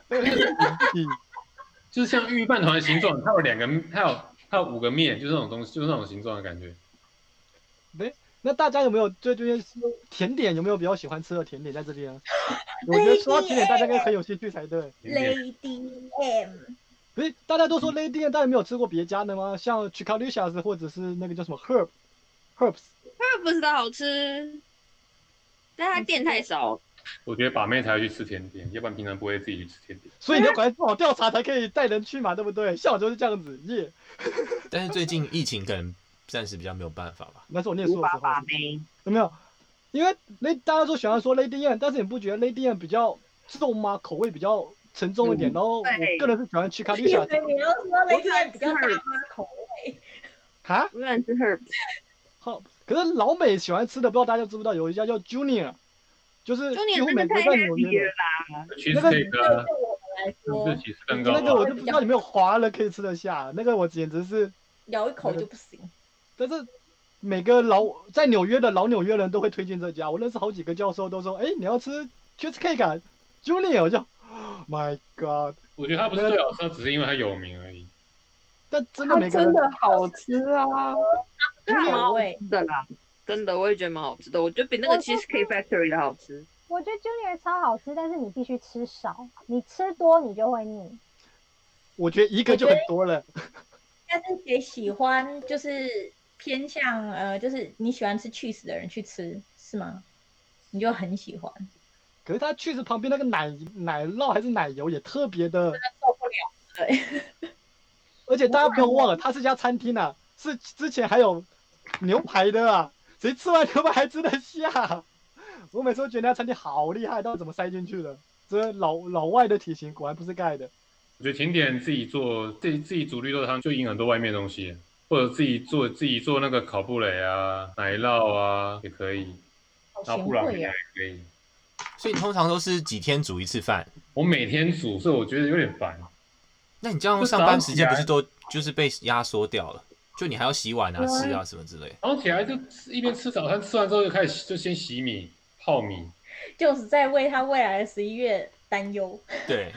I: 嗯就是像玉饭团的形状，它有两个，它有它有五个面，就是那种东西，就是那种形状的感觉。
A: 没，那大家有没有对这边甜点有没有比较喜欢吃的甜点在这边啊？我觉得说到甜点，大家应该很有兴趣才对。
B: Lady M，
A: 不是大家都说 Lady M，大家有没有吃过别家的吗？像 Chicalicious 或者是那个叫什么 Herb Herbs，
E: 它不知道好吃，但它店太少。
I: 我觉得把妹才会去吃甜点，要不然平常不会自己去吃甜点。
A: 所以你要赶快做好调查，才可以带人去嘛，对不对？像我就是这样子，耶、
F: 但是最近疫情可能暂时比较没有办法吧。
A: 那是我念书的时候，
E: 妹，
A: 有没有？因为那大家都喜欢说 Lady M，但是你不觉得 Lady M 比较重吗？口味比较沉重一点，然后我
E: 对
A: 个人是喜欢 去卡丽
B: 嗯因
A: 莎
B: 为你要说 Lady M 比较大妈口味，
A: 哈。
E: 我想吃 herb，
A: 好，可是老美喜欢吃的，不知道大家知不知道，有一家叫 Junior，就是
E: 中
A: 几
E: 年
A: 乎
E: 真
A: 美
E: 的
A: 国
E: 太
A: 在纽
E: happy
A: 约
E: 了
A: 的。啊
E: 啦！
I: 其实可以
B: 对
I: 的，
B: 对我们来说，
I: 不是起司蛋糕
A: 那个
I: 吧
A: 我就不知道有没有华人可以吃得下，那个我简直是，
B: 咬一口就不行。
A: 但是每个老在纽约的老纽约人都会推荐这家，我认识好几个教授都说，哎，你要吃 cheesecake 啊 Junior，我就 My God，
I: 我觉得它不是最好吃，它只是因为它有名而已。
A: 但真的
D: 它
A: 每个
D: 真
A: 人
D: 的好吃啊！
E: 对啊，蛮好
B: 味
E: 吃的啦，真的，我也觉得蛮好吃的。我觉得比那个
C: 我就是
E: cheesecake factory 的好吃。
C: 我觉得 Junior 超好吃，但是你必须吃少，你吃多你就会腻。
A: 我觉得一个就很多了。
B: 但是给喜欢就是偏向呃，就是你喜欢吃 cheese 的人去吃是吗？你就很喜欢，
A: 可是它确实旁边那个奶奶酪还是奶油也特别的，
B: 受不了。
A: 而且大家不要忘了，它是一家餐厅啊，是之前还有牛排的啊，谁吃完牛排还吃得下？啊我每次都觉得那家餐厅好厉害，到底怎么塞进去的？这老老外的体型果然不是盖的。
I: 我觉得甜点自己做，自己自己煮绿豆汤就赢很多外面的东西，或者自己做自己做那个烤布雷啊、奶酪啊也可以，
B: 好
I: 然后
B: 贤
I: 布朗尼
B: 惠
I: 也
B: 哦，
I: 可以。
F: 所以你通常都是几天煮一次饭？
I: 我每天煮，所以我觉得有点烦。
F: 那你这样上班时间不是都就是被压缩掉了？就你还要洗碗啊、
I: 对啊
F: 吃啊什么之类的。
I: 然后起来就吃一边吃早餐，吃完之后就开始就先洗米、泡米。
B: 就是在为他未来的十一月担忧。
F: 对，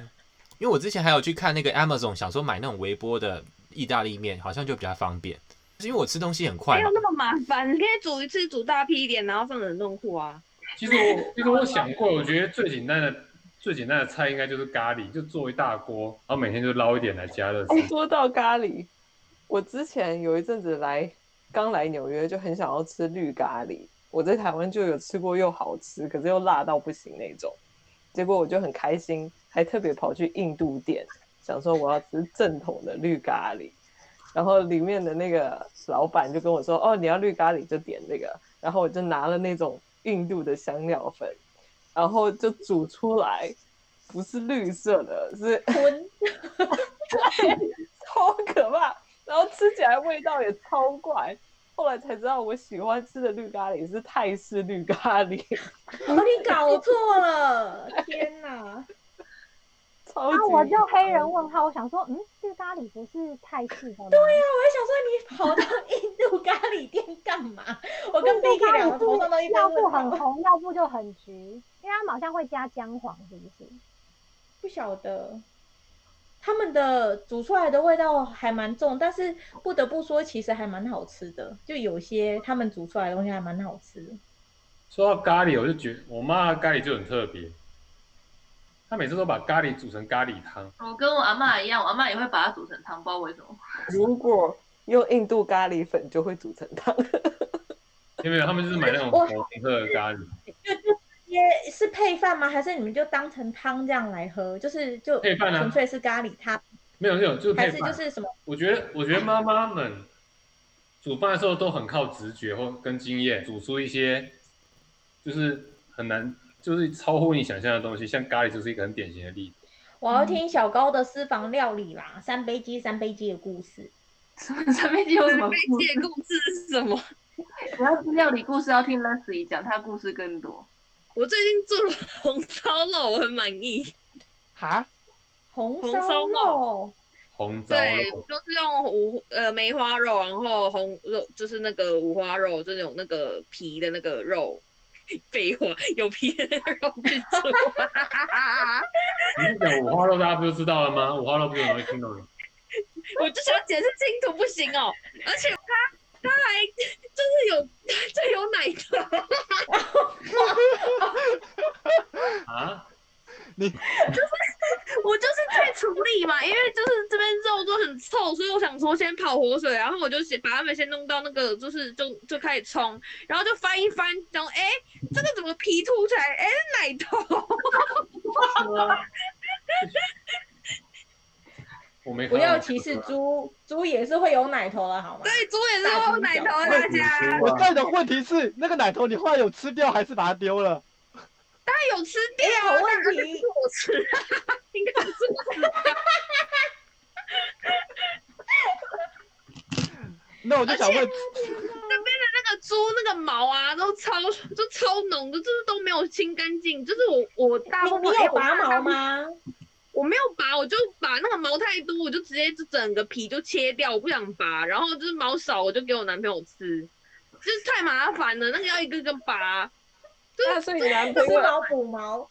F: 因为我之前还有去看那个 Amazon，想说买那种微波的意大利面，好像就比较方便。就是因为我吃东西很快
E: 没有，
F: 嘛
E: 哎那么麻烦，你可以煮一次煮大批一点，然后放冷冻库啊。
I: 其实我其实我想过，我觉得最简单的最简单的菜应该就是咖喱，就做一大锅，然后每天就捞一点来加热吃。
D: 哎说到咖喱，我之前有一阵子来刚来纽约就很想要吃绿咖喱，我在台湾就有吃过，又好吃，可是又辣到不行那种。结果我就很开心，还特别跑去印度店，想说我要吃正统的绿咖喱。然后里面的那个老板就跟我说：“哦，你要绿咖喱就点这个。”然后我就拿了那种印度的香料粉，然后就煮出来，不是绿色的， 是
B: 吞，
D: 超可怕，然后吃起来味道也超怪。后来才知道，我喜欢吃的绿咖喱是泰式绿咖喱，
B: 我哦你搞错了，天哪！
D: 超级
C: 然后我就黑人问号，我想说，嗯，绿咖喱不是泰式的吗？对呀、
B: 啊我还想说你跑到印度咖喱店干嘛？ 我跟 Vicky 两个头上都一般
C: 要不
B: 问
C: 很
B: 号，
C: 红，要不就很橘，因为他们好像会加姜黄，是不是？
B: 不晓得。他们的煮出来的味道还蛮重，但是不得不说，其实还蛮好吃的。就有些他们煮出来的东西还蛮好吃的。
I: 说到咖喱，我就觉得我妈的咖喱就很特别，她每次都把咖喱煮成咖喱汤。
G: 我哦跟我阿嬷一样，我阿嬷也会把它煮成汤，不知道为什么。
D: 如果用印度咖喱粉就会煮成汤，
I: 有没有？他们就是买那种
B: 我
I: 红色的咖喱，
B: 就就直接是配饭吗？还是你们就当成汤这样来喝？就是就
I: 配饭啊
B: 纯粹是咖喱汤，
I: 没有没有，就是
B: 还
I: 配
B: 是
I: 饭。
B: 就是什么？
I: 我觉得，我觉得妈妈们煮饭的时候都很靠直觉或跟经验，煮出一些就是很难，就是超乎你想象的东西。像咖喱就是一个很典型的例子。
B: 我
G: 嗯
B: 要听小高的私房料理啦，三杯鸡三杯鸡的故 事。
G: 上面有什么
E: 被
G: 故事？
E: 借故事是什么？
G: 只要是料理故事，要听 Leslie 讲，他故事更多。
E: 我最近做了红烧肉，我很满意。
A: 哈，
B: 红
E: 红烧
B: 烧肉，
I: 红糟
E: 对，
I: 肉，
E: 就是用五呃梅花肉，然后红肉就是那个五花肉，就是有那个皮的那个肉， 废话，有皮的那个肉去做。
I: 你是讲五花肉，大家不就知道了 吗？五花肉不是很容易听懂？
E: 我就想解释清楚，不行哦。而且他他还就是有他就有奶头，
I: 啊？
E: 我就是在处理嘛，因为就是这边肉都很臭，所以我想说先泡活水，然后我就先把它们先弄到那个就是就就开始冲，然后就翻一翻，然后哎这个怎么皮凸起来？哎奶头。
I: 我没看
B: 不
I: 到
B: 要歧视猪，猪也是会有奶头的好吗？
E: 对，猪也是会有奶头
B: 啊
E: 的，大家
A: 我带的问题是那个奶头，你后来有吃掉还是把它丢了？
E: 他有吃掉，
B: 哎好问题
E: 但是不是我吃， 应该不是我吃。
A: 那我就想问，
E: 那边的那个猪那个毛啊，都超就超浓的，就是都没有清干净。就是我我大
B: 你
E: 部分
B: 你有拔毛？
E: 哎
B: 吗？
E: 我我没有拔，我就把那个毛太多，我就直接就整个皮就切掉，我不想拔。然后就是毛少，我就给我男朋友吃，就是太麻烦了，那个要一个一个拔。
D: 那所以你男朋
B: 吃
D: 友
B: 毛补毛，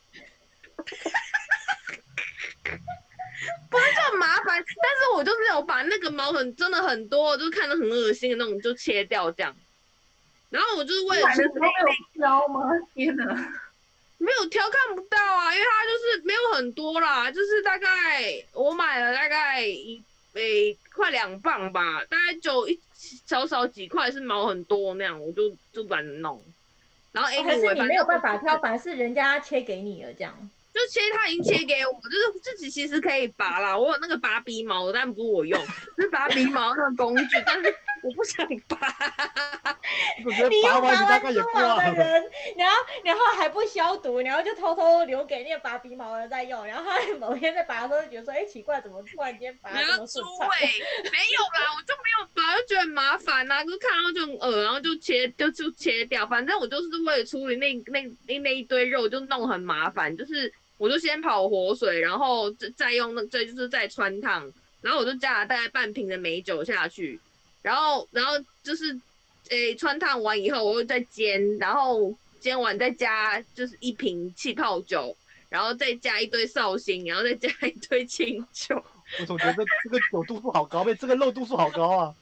E: 就很麻烦，但是我就是有把那个毛很真的很多，就是看着很恶心的那种，就切掉这样。然后我就是为了
G: 买的时候没有挑吗？天哪！
E: 没有挑看不到啊，因为它就是没有很多啦，啊就是大概我买了大概一诶、快两磅吧，大概就一少少几块是毛很多那样，我就就懒得弄。然后 a
B: 哦还是你没有办法挑，
E: 挑，
B: 反而是人家切给你了这样。
E: 就切它已经切给我，就是自己其实可以拔啦，我有那个拔鼻毛，但不是我用，是拔鼻毛那个工具，但是我不想拔。
A: 我觉得
B: 你
A: 拔
B: 用拔
A: 完你大概
B: 完
A: 也
B: 猪
A: 挂
B: 毛的
A: 了。
B: 人，然后然后还不消毒，然后就偷偷留给那个拔鼻毛的人在用，然后他某天在拔的时候就觉得说，哎、奇怪，怎么突然间拔
E: 然
B: 这
E: 后
B: 么
E: 猪
B: 顺
E: 尾
B: 畅？
E: 没有啦，我就没有拔，啊就觉得很麻烦呐、就看到就很恶，然后就切就就切掉。反正我就是为了处理那那那那一堆肉，就弄很麻烦。就是我就先跑活水，然后再再用那再就是再穿烫，然后我就加了大概半瓶的美酒下去，然后然后就是诶、穿烫完以后，我又再煎，然后煎完再加就是一瓶气泡酒。然后再加一堆绍兴，然后再加一堆清酒，
A: 我总觉得这个酒度数好高，被这个肉度数好高啊！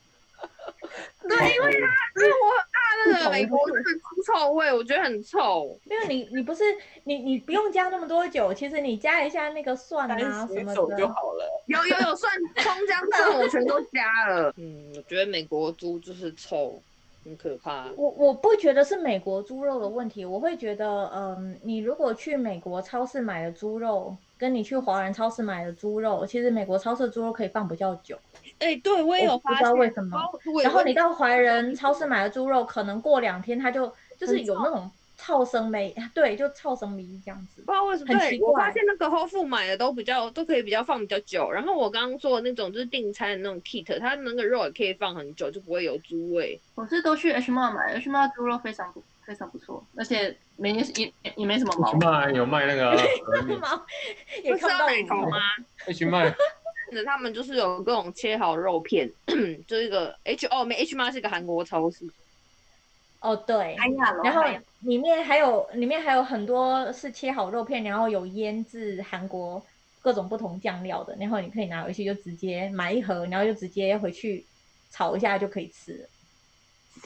E: 对，因为它因为我很怕那个美国那个猪臭味，我觉得很臭。
B: 没有你，你不是你，你不用加那么多酒，其实你加一下那个蒜
E: 哎
D: 单
B: 啊什
D: 洗
B: 么
D: 手就
B: 的，
D: 好了。
E: 有有 有，蒜、葱、姜、蒜我全都加了。嗯，我觉得美国猪就是臭，很可怕。
B: 我我不觉得是美国猪肉的问题，我会觉得，嗯，你如果去美国超市买的猪肉，跟你去华人超市买的猪肉，其实美国超市猪肉可以放比较久，
E: 哎、对我也有发
B: 不
E: 现，
B: 知道为什么。
E: 我也
B: 然后你到华人超市买的猪肉，可能过两天它就就是有那种臭生霉， 对，就臭生霉这样子
E: 不。知道为什么，
B: 很
E: 对
B: 奇
E: 我
B: 怪
E: 发现那个 Whole Food 买的都比较都可以比较放比较久，然后我刚刚做的那种就是订餐的那种 kit，它那个肉也可以放很久，就不会有猪味。
G: 我是都去 H 妈买，H 妈猪肉非常不非常不错，而且没也也也没什么毛
I: 去。卖有卖那个河 米，
B: 毛也
E: 不是
B: 看不
E: 要
B: 到
E: 奶
B: 你
E: 头吗？
I: 去卖
E: 他们就是有各种切好肉片，就一个 H 哦，没 H 妈是一个韩国超市，
B: 哦，对。
G: 哎呀，
B: 然后
G: 哎呀
B: 里面还有里面还有很多是切好肉片，然后有腌制韩国各种不同酱料的，然后你可以拿回去就直接买一盒，然后就直接回去炒一下就可以吃了。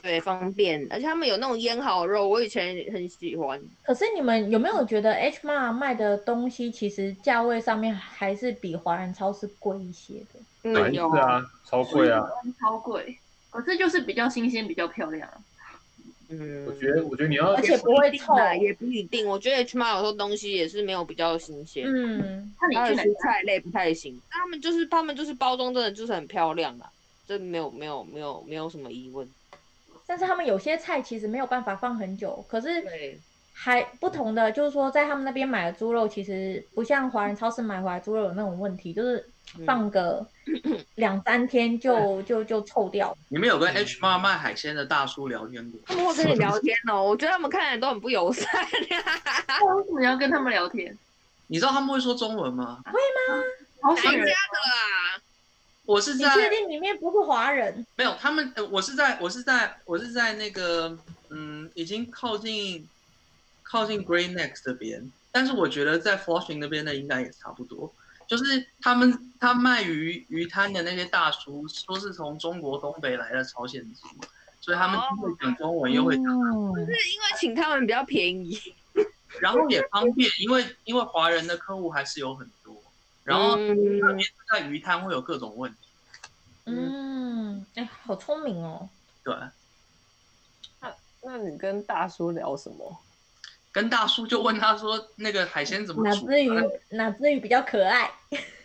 E: 对，方便，而且他们有那种腌好肉，我以前也很喜欢。
B: 可是你们有没有觉得 H m 卖的东西其实价位上面还是比华人超市贵一些的？
I: 对
E: 嗯，有
I: 是啊，超贵啊！
G: 超贵，可是就是比较新鲜，比较漂亮。
K: 嗯
I: 我觉得，我觉得你要
B: 而且不会臭。
E: 那也不一定，我觉得 H 妈有时候东西也是没有比较新鲜，
B: 嗯，
G: 看你
E: 还
G: 去
E: 有
G: 哪
E: 蔬菜类不太行。但他们就是他们就是包装真的就是很漂亮啊，这没有没有没有没有什么疑问。
B: 但是他们有些菜其实没有办法放很久，可是
E: 对，
B: 还不同的就是说，在他们那边买的猪肉，其实不像华人超市买回来猪肉有那种问题，就是放个 两三天就就就臭掉。
J: 你们有
B: 嗯
J: 跟 H 妈卖海鲜的大叔聊天过？
E: 他们会跟你聊天 哦，我觉得他们看起来都很不友善。啊
G: 那为什么要跟他们聊天？
J: 你知道他们会说中文吗？
B: 啊
G: 好喜
E: 哪一家
G: 人，
E: 的啊？
J: 我是
B: 你
J: 在
B: 确定里面不是华人？
J: 没有他们，呃我是在我是在我是在那个嗯，已经靠近靠近 Grey Neck 这边，但是我觉得在 Flushing 那边的应该也差不多。就是他们他卖鱼鱼摊的那些大叔，说是从中国东北来的朝鲜族，所以他们会讲中文又会讲
E: 是因为请他们比较便宜。
J: 然后也方便，因为因为华人的客户还是有很多，然后
E: 嗯
J: 特别是在鱼摊会有各种问题，
B: 嗯，哎、好聪明哦。
J: 对，
D: 那你跟大叔聊什么？
J: 跟大叔就问他说那个海鲜怎么
B: 哪
J: 煮，啊
B: 只鱼哪只鱼比较可爱？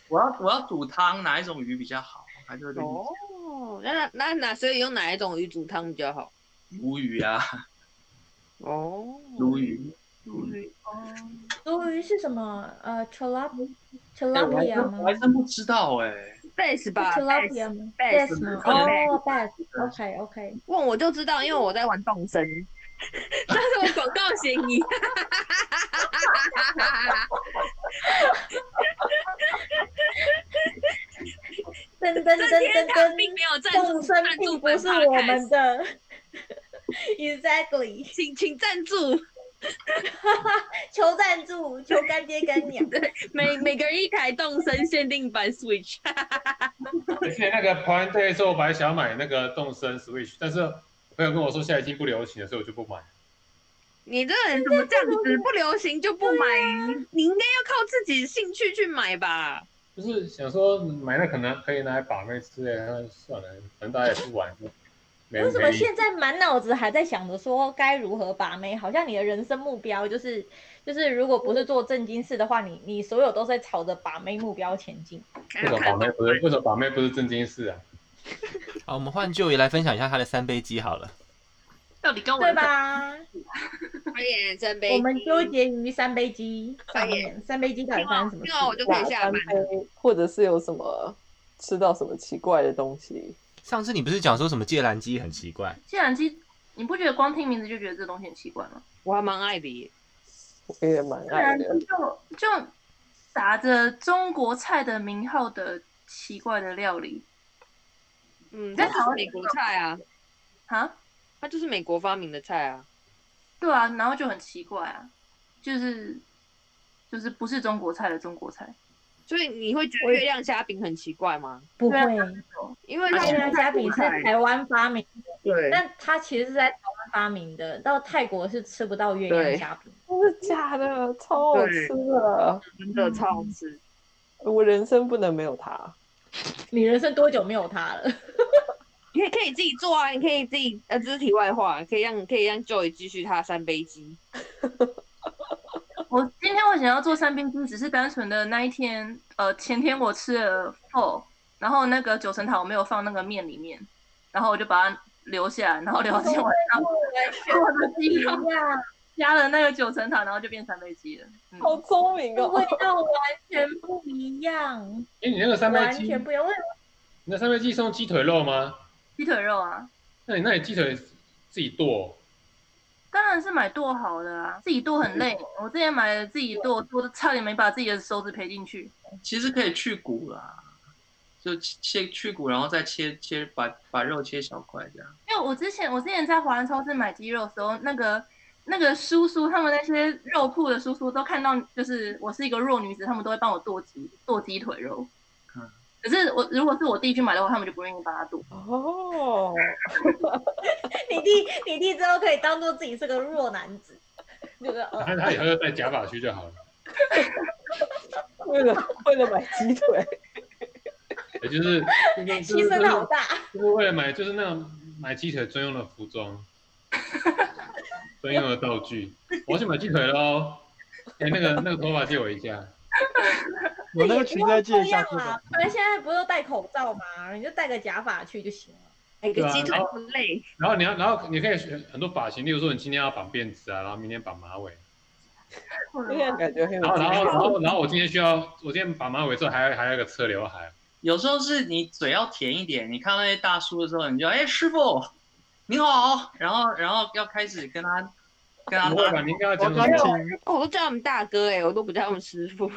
J: 我要我要煮汤哪一种鱼比较好，啊他就会跟你讲
E: 哦，那那那哪所以用哪一种鱼煮汤比较好？
J: 鲈鱼啊，
E: 哦，
J: 鲈鱼，
B: 鲈哦鱼是什么？呃
J: 哎我还
B: ，chalap，chalapia
J: 真我
B: 吗
J: 还真不知道哎、
E: best 吧
B: ？chalapia 吗 b e
E: Bass，
B: s t 吗？
J: Bass，
B: 哦 b e s t o k OK。
E: 问我就知道，因为我在玩 动森，这是我广告嫌 疑。
B: 噔噔噔
E: 这天
B: 噔
E: 堂并没
B: 噔，
E: 有赞助
B: 众生
E: 赞助
B: 并不
E: 本
B: 是我
E: podcast
B: 们 的。Exactly，
E: 请请赞助，
B: 求赞助，求干爹 干娘。
E: 每每个人一台动森限定版 Switch。
I: 而且那个 Prime Day 的时候，我本来想要买那个动森 Switch，但是我朋友跟我说现在已经不流行了，所以我就不买。
E: 你这个人怎么这样子？不流行就不买，你应该要靠自己兴趣去买吧。
I: 就是想说买那可能可以拿来把妹之类的，那算了，反正大家也不玩。就没
B: 为什
I: 没
B: 么
I: 意义
B: 现在满脑子还在想着说该如何把妹？好像你的人生目标就是，就是如果不是做正经事的话，你你所有都在朝着把妹目标前进。
I: 为什
F: 啊
I: 么把妹不是为什么把妹不是正经事啊？
F: 好，我们换舅也来分享一下他的三杯鸡好了。
G: 到底跟我
B: 对？ 吧？
E: 快点，三杯。
B: 我们纠结于三杯鸡上
E: 对
B: 面，三杯鸡到底
E: 听
B: 发生
E: 完
B: 什么
E: 听完啊我
B: 事？
E: 就可以下班。
D: 杯，或者是有什么吃到什么奇怪的东西？
F: 上次你不是讲说什么芥蓝鸡很奇怪？
G: 既然鸡，你不觉得光听名字就觉得这东西很奇怪吗？
E: 我还蛮爱的耶，
D: 我也蛮
G: 既
D: 爱
G: 然
D: 的。
G: 就就打着中国菜的名号的奇怪的料理
E: 嗯，但就是美国菜啊，
G: 啊，
E: 它就是美国发明的菜啊。
G: 对啊，然后就很奇怪啊，就是就是不是中国菜的中国菜，
E: 所以你会觉得月亮虾饼很奇怪吗？
B: 不会
G: 对，啊
E: 因为它
B: 月亮虾饼是台湾发明，
E: 对
B: 但它其实是在台湾发明的，到泰国是吃不到月
E: 对
B: 亮虾饼。
D: 真的假的？超好吃的！
E: 嗯
D: 嗯
E: 真的超好吃。
D: 我人生不能没有它。
B: 你人生多久没有它了？
E: 你可以可以自己做啊，你可以自己呃，这是题外话，可以让可以让 Joy 继续他三杯鸡。
G: 我今天我想要做三冰鸡，只是单纯的那一天，呃，前天我吃了 f 然后那个九层塔我没有放那个面里面，然后我就把它留下，然后留到今天晚上，我的
E: 哦
G: 鸡肉
B: 呀，
G: 加了那个九层塔，然后就变三杯鸡了。嗯，
D: 好聪明
B: 味
D: 哦！
B: 道完全不 一样，
I: 哎、你那个三杯
B: 完
I: 鸡，
B: 全不一样。为
I: 你那三杯鸡是用鸡腿肉吗？
G: 鸡腿肉啊，
I: 那你那你鸡腿自己剁？
G: 当然是买剁好的啊，自己剁很累。我之前买了自己剁，剁的差点没把自己的手指赔进去。
J: 其实可以去骨啦，就切去骨，然后再切切把把肉切小块这样。
G: 因为我之前我之前在华人超市买鸡肉的时候，那个那个叔叔他们那些肉铺的叔叔都看到，就是我是一个弱女子，他们都会帮我剁鸡剁鸡腿肉。
J: 嗯
G: 可是我如果是我弟去买的话，他们就不愿意帮他剁。
D: 哦，
B: 你弟，你弟之后可以当做自己是个弱男子，就是
I: 然
B: 呃，
I: 后 他以后就带假发去就好了。
D: 为了为了买鸡腿，
I: 也就是 就是
B: 牺牲好大。
I: 就是为了买就是那种买鸡腿专用的服装。专用的道具。我要去买鸡腿喽！哎、那个那个头发借我一下。
A: 我那个裙子再借一下，
B: 这样啦，反正现在不是都戴口罩嘛，你就戴个假发去就行了。
E: 每
I: 对
E: 个
I: 啊
E: 鸡腿
I: 然后
E: 不累，
I: 然后你要，然后你可以选很多发型，例如说你今天要绑辫子啊，然后明天绑马尾，
D: 感觉很有
I: 然后然后
D: 技
I: 然
D: 巧
I: 后然后我今天需要，我今天绑马尾之后还要还要一个车刘海，
J: 有时候是你嘴要甜一点，你看到那些大叔的时候，你就哎、师傅你好，然后然后要开始跟他跟他
I: 不会吧？
J: 拉
I: 你应该要
A: 我
I: 讲什
A: 钢
I: 么？
A: 琴
E: 哦我都叫他们大哥哎、我都不叫他们师傅，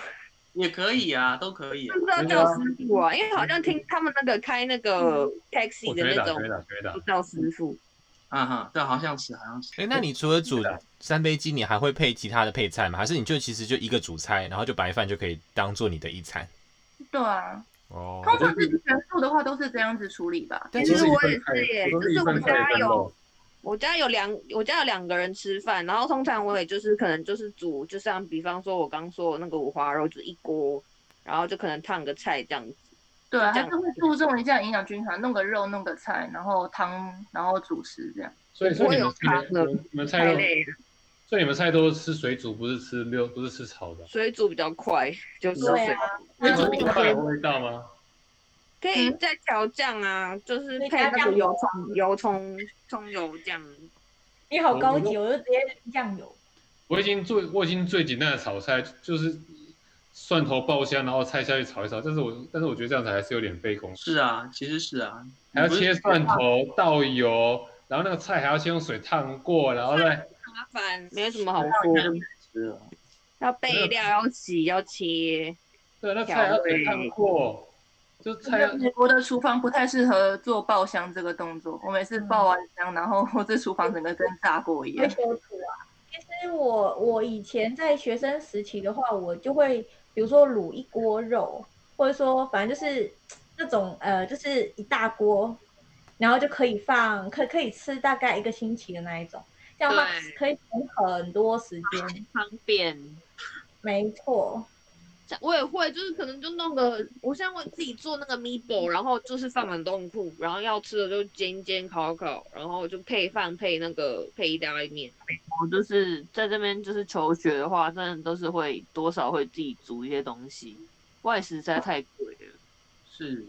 J: 也可以啊，都可以、啊
E: 不。知道叫师傅啊，因为好像听他们那个开那
B: 嗯
E: 个 taxi
B: 哦
I: 我
E: 的
I: 觉
E: 那
I: 得
E: 种
I: 觉得觉
E: 都
I: 得，
E: 叫师傅，
J: 嗯哼，对，好像是好像是。
F: 哎、那你除了 煮
I: 啊
F: 三杯鸡，你还会配其他的配菜吗？还是你就其实就一个主菜，然后就白饭就可以当做你的一餐？
G: 对啊，
F: 哦
G: 通常自己全素的话都是这样子处理吧。
F: 但
E: 其
F: 其
E: 实
F: 实
E: 我也是耶，
I: 我
E: 就
I: 都是一
E: 是我
I: 份
E: 们
I: 菜一
E: 家
I: 份
E: 有
I: 肉。
E: 我家有两，我家有两个人吃饭，然后通常我也就是可能就是煮，就像比方说我刚说的那个五花肉，就一锅，然后就可能烫个菜这样子。
G: 对啊，
E: 这
G: 他
E: 样
G: 就会注重一下营养均衡，弄个肉，弄个菜，然后汤，然后主食这样。
I: 所以所以你
E: 我有
I: 们
E: 查
I: 你们你们菜
E: 太
I: 都，
E: 累了，
I: 所以你们菜都是吃水煮，不是吃溜，不是吃炒的。
E: 所以煮比较快， 就是水、
B: 对啊，
I: 水
B: 那
I: 煮
B: 你
I: 有饭有味道吗？
E: 可以再调酱啊，就是配那个油葱、油葱、葱油酱。
B: 你好高级，我就直接酱油。
I: 我已经最我已经最简单的炒菜就是蒜头爆香，然后菜下去炒一炒。但是我但是我觉得这样子还是有点费工，
J: 是啊，其实是啊，
I: 还要切蒜头、倒油，然后那个菜还要先用水烫过，然后再
E: 麻烦，没有什么好
J: 你
E: 说
J: 不是，是啊
E: 要备料、要洗、要切。
I: 对那菜还要水烫过，就菜要
G: 美国的厨房不太适合做爆香这个动作，我每次爆完香，然后我这厨房整个跟炸过一样
B: 会。修图啊。其实我我以前在学生时期的话，我就会比如说卤一锅肉，或者说反正就是那种呃，就是一大锅，然后就可以放可可以吃大概一个星期的那一种，这样的话
E: 对
B: 可以省很多时间。
E: 方便。
B: 没错，
E: 我也会，就是可能就弄个，我现在会自己做那个 meatball，然后就是放冷冻库，然后要吃的就煎一煎烤一烤，然后就配饭配那个配意大利面。我就是在这边就是求学的话，真的都是会多少会自己煮一些东西，外食实在太贵了。
J: 是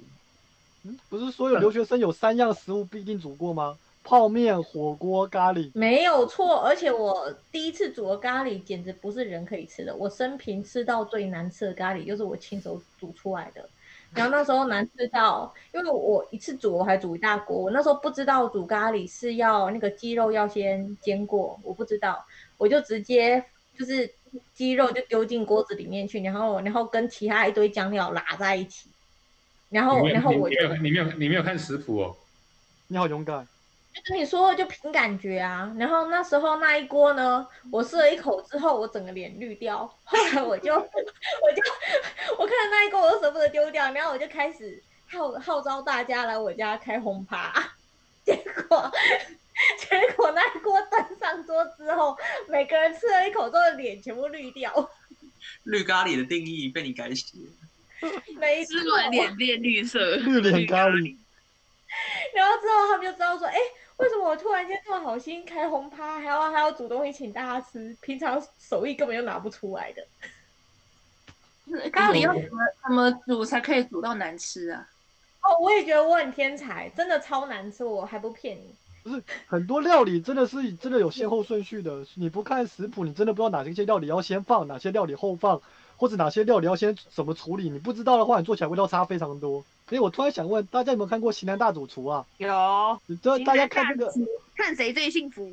A: 嗯不是所有留学生有三样食物必定煮过吗？泡面、火锅、咖
I: 嗯
A: 喱。
B: 没有错。而且我第一次煮的咖喱简直不是人可以吃的，我生平吃到最难吃的咖喱就是我亲手煮出来的。然后那时候难吃到，因为我一次煮我还煮一大锅，我那时候不知道煮咖喱是要那个鸡肉要先煎过，我不知道，我就直接就是鸡肉就丢进锅子里面去，然后然后跟其他一堆酱料拉在一起，然后
I: 你没有
B: 然后
I: 你
B: 我
I: 你
B: 就
I: 没有你没有你没有看食谱哦，
A: 你好勇敢，
B: 就跟你说就凭感觉啊。然后那时候那一锅呢，
E: 嗯
B: 我吃了一口之后，我整个脸绿掉。 后来我就我就 我看到那一锅，我都舍不得丢掉，然后我就开始号号召大家来我家开轰趴。 结果 结果那一锅端上桌之后，每个人吃了一口之后，脸全部绿掉。
J: 绿咖喱的定义被你改写了。
B: 没错，
E: 变绿色，
A: 绿脸咖 喱。
B: 然后之后他们就知道说，哎、为什么我突然间这么好心开轰趴，还要还要煮东西请大家吃，平常手艺根本就拿不出来的。
G: 就是 咖喱要怎么怎么煮才可以煮到难吃啊？
B: 哦，我也觉得我很天才，真的超难吃，我还不骗你。
A: 很多料理真的是真的有先后顺序的，你不看食谱，你真的不知道哪些料理要先放，哪些料理后放，或者哪些料理要先怎么处理。你不知道的话，你做起来味道差非常多。所以我突然想问，大家有没有看过《型男大主厨》啊？
E: 有。
A: 你知道大家看这个，
E: 看谁最幸福？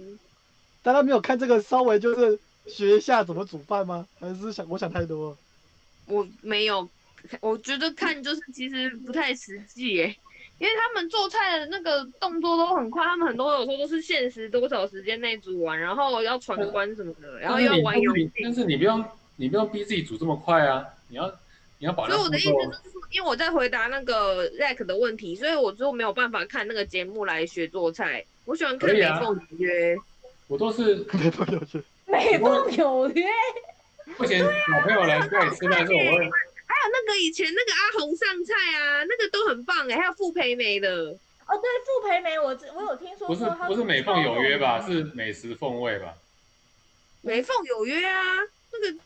A: 大家没有看这个，稍微就是学一下怎么煮饭吗？还是想我想太多了？
E: 我没有，我觉得看就是其实不太实际耶，因为他们做菜的那个动作都很快，他们很多有时候都是限时多少时间内煮完，然后要
I: 嗯
E: 闯关什么的，然后要玩游戏。
I: 但是你不用你不用逼自己煮这么快啊，你要你要把
E: 所
I: 那
E: 以我的意思
I: 步骤
E: 就是，因为我在回答那个 Zack 的问题，所以我就没有办法看那个节目来学做菜。我喜欢看
I: 可以
E: 美
I: 啊
E: 凤约，
I: 我都是
A: 没多有趣。
B: 美梦有约，
I: 目前老朋友来家里吃饭的时候，我会
E: 啊还有那个以前那个阿红上菜啊，那个都很棒哎，还有傅培梅的。
B: 哦，对，傅培梅，我知我有听说
I: 不是
B: 过他
I: 不是美
B: 超
I: 凤有约吧？
B: 红的
I: 是美食凤味吧？
E: 美凤有约啊，那个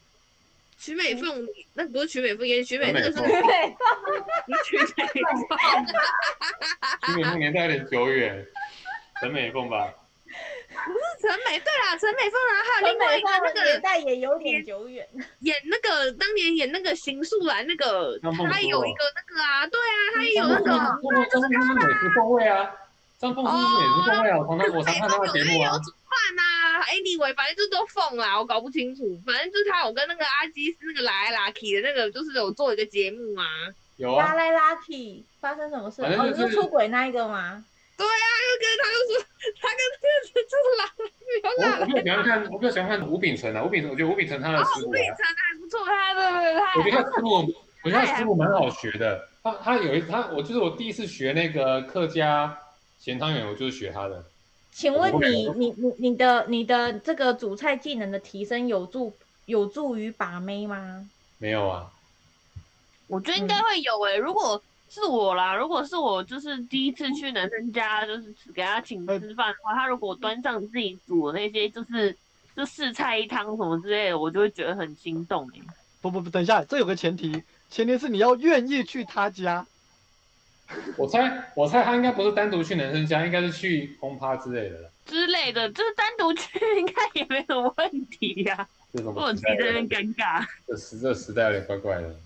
E: 曲美凤，那不是曲美凤，也是曲美，
I: 曲美
E: 那个是
I: 凤
C: 对，
E: 曲美凤，
I: 金美凤年代有点久远，陈美凤吧，
E: 是 陈美，对啦，陈美凤啊，还有
B: 陈
E: 另外
B: 美
E: 一个
B: 凤
E: 那
B: 的
E: 个
B: 年代也有点久远，
E: 演那个当年演那个邢素兰那个，
I: 张凤
E: 她也
I: 雏
E: 有
I: 哦
E: 一个那个啊，对啊，她也有
I: 张
E: 那
I: 凤
E: 个。
I: 张凤张凤是美食风味啊，张凤是不 是美食风味啊？我常
E: 那
I: 常我常看他的节目啊
E: 有。煮饭呐、anyway，反正啊就是都缝啦，我搞不清楚。反正就是他有跟那个阿基那个来拉 k 的那个，就是有做一个节目嘛。
I: 有
B: 拉
I: 啊，
B: 来拉去，发生什么事？
I: 反正
B: 哦，你
I: 就是
B: 是出轨那一个吗？
E: 他就啊跟他就说，他跟这个就是
I: 我
E: 拉，没有
I: 我
E: 拉
I: 比较喜欢看，我比较喜欢看吴秉承啊，吴秉承，我觉得吴秉承他的师傅
E: 哦吴秉
I: 啊，
E: 承还不错，他对对
I: 我觉
E: 对，
I: 得他师傅，我觉得他师傅蛮好学的。他他有一他，我就是我第一次学那个客家咸汤圆，我就是学他的。
B: 请问
I: 我不敢
B: 你
I: 我
B: 你你你的你的这个主菜技能的提升有助有助于把妹吗？
I: 没有啊，
E: 我觉得应该会有诶、如果。是我啦，如果是我，就是第一次去男生家，就是给他请吃饭的话，他如果端上自己煮的那些，就是就四菜一汤什么之类的，我就会觉得很心动欸诶、
A: 不不不，等一下，这有个前提，前提是你要愿意去他家。
I: 我猜我猜他应该不是单独去男生家，应该是去轰趴之类的了。
E: 之类的，就是单独去 应该也没什么问题呀、
I: 这种
E: 我有自
I: 时
E: 己
I: 代
E: 在那
I: 有
E: 边
I: 点，
E: 尴尬。
I: 这时这时代有点怪怪的。嗯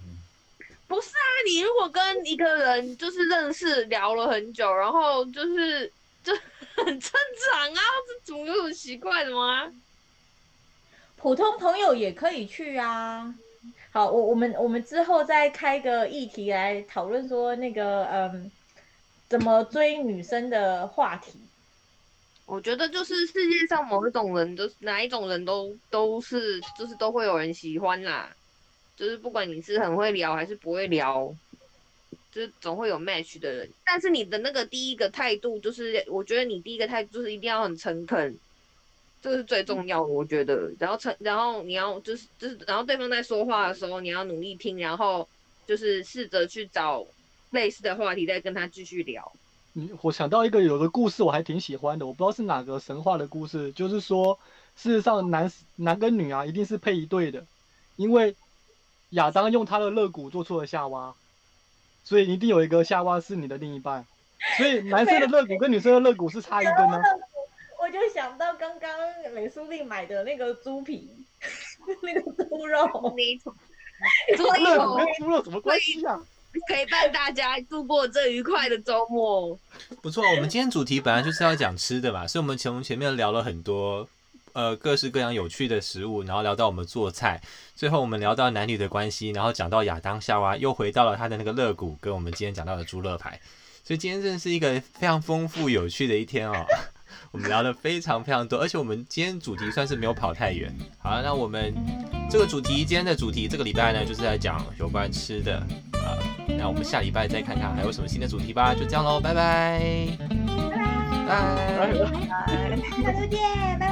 E: 不是啊，你如果跟一个人就是认识聊了很久，然后就是就很正常啊，这怎么有什么奇怪的吗？
B: 普通朋友也可以去啊。好，我我们我们之后再开个议题来讨论说那个嗯，怎么追女生的话题。
E: 我觉得就是世界上某一种人，就是哪一种人都都是就是都会有人喜欢啦，就是不管你是很会聊还是不会聊，就是总会有 match 的人。但是你的那个第一个态度，就是我觉得你第一个态度就是一定要很诚恳，这是最重要的，我觉得。然后诚，然后你要就是就是，然后对方在说话的时候，你要努力听，然后就是试着去找类似的话题再跟他继续聊。
A: 你我想到一个有个故事，我还挺喜欢的，我不知道是哪个神话的故事，就是说，事实上男男跟女啊一定是配一对的，因为亚当用他的肋骨做出了夏娃，所以一定有一个夏娃是你的另一半，所以男生的肋骨跟女生的肋骨是差一根呢、
B: 我就想到刚刚美苏丽买的那个猪皮， 那个猪肉，
E: 那一种，
A: 肋
E: 哦
A: 骨跟猪肉什么关系 啊？
E: 陪伴大家度过这愉快的周末。
F: 不错，我们今天主题本来就是要讲吃的嘛，所以我们从前面聊了很多，呃，各式各样有趣的食物，然后聊到我们做菜，最后我们聊到男女的关系，然后讲到亚当夏娃，又回到了他的那个肋骨，跟我们今天讲到的猪肋排，所以今天真的是一个非常丰富有趣的一天哦。我们聊了非常非常多，而且我们今天主题算是没有跑太远。好，那我们这个主题今天的主题，这个礼拜呢就是在讲有关吃的啊、那我们下礼拜再看看还有什么新的主题吧。就这样喽，拜拜，拜拜
B: 下周见，拜拜。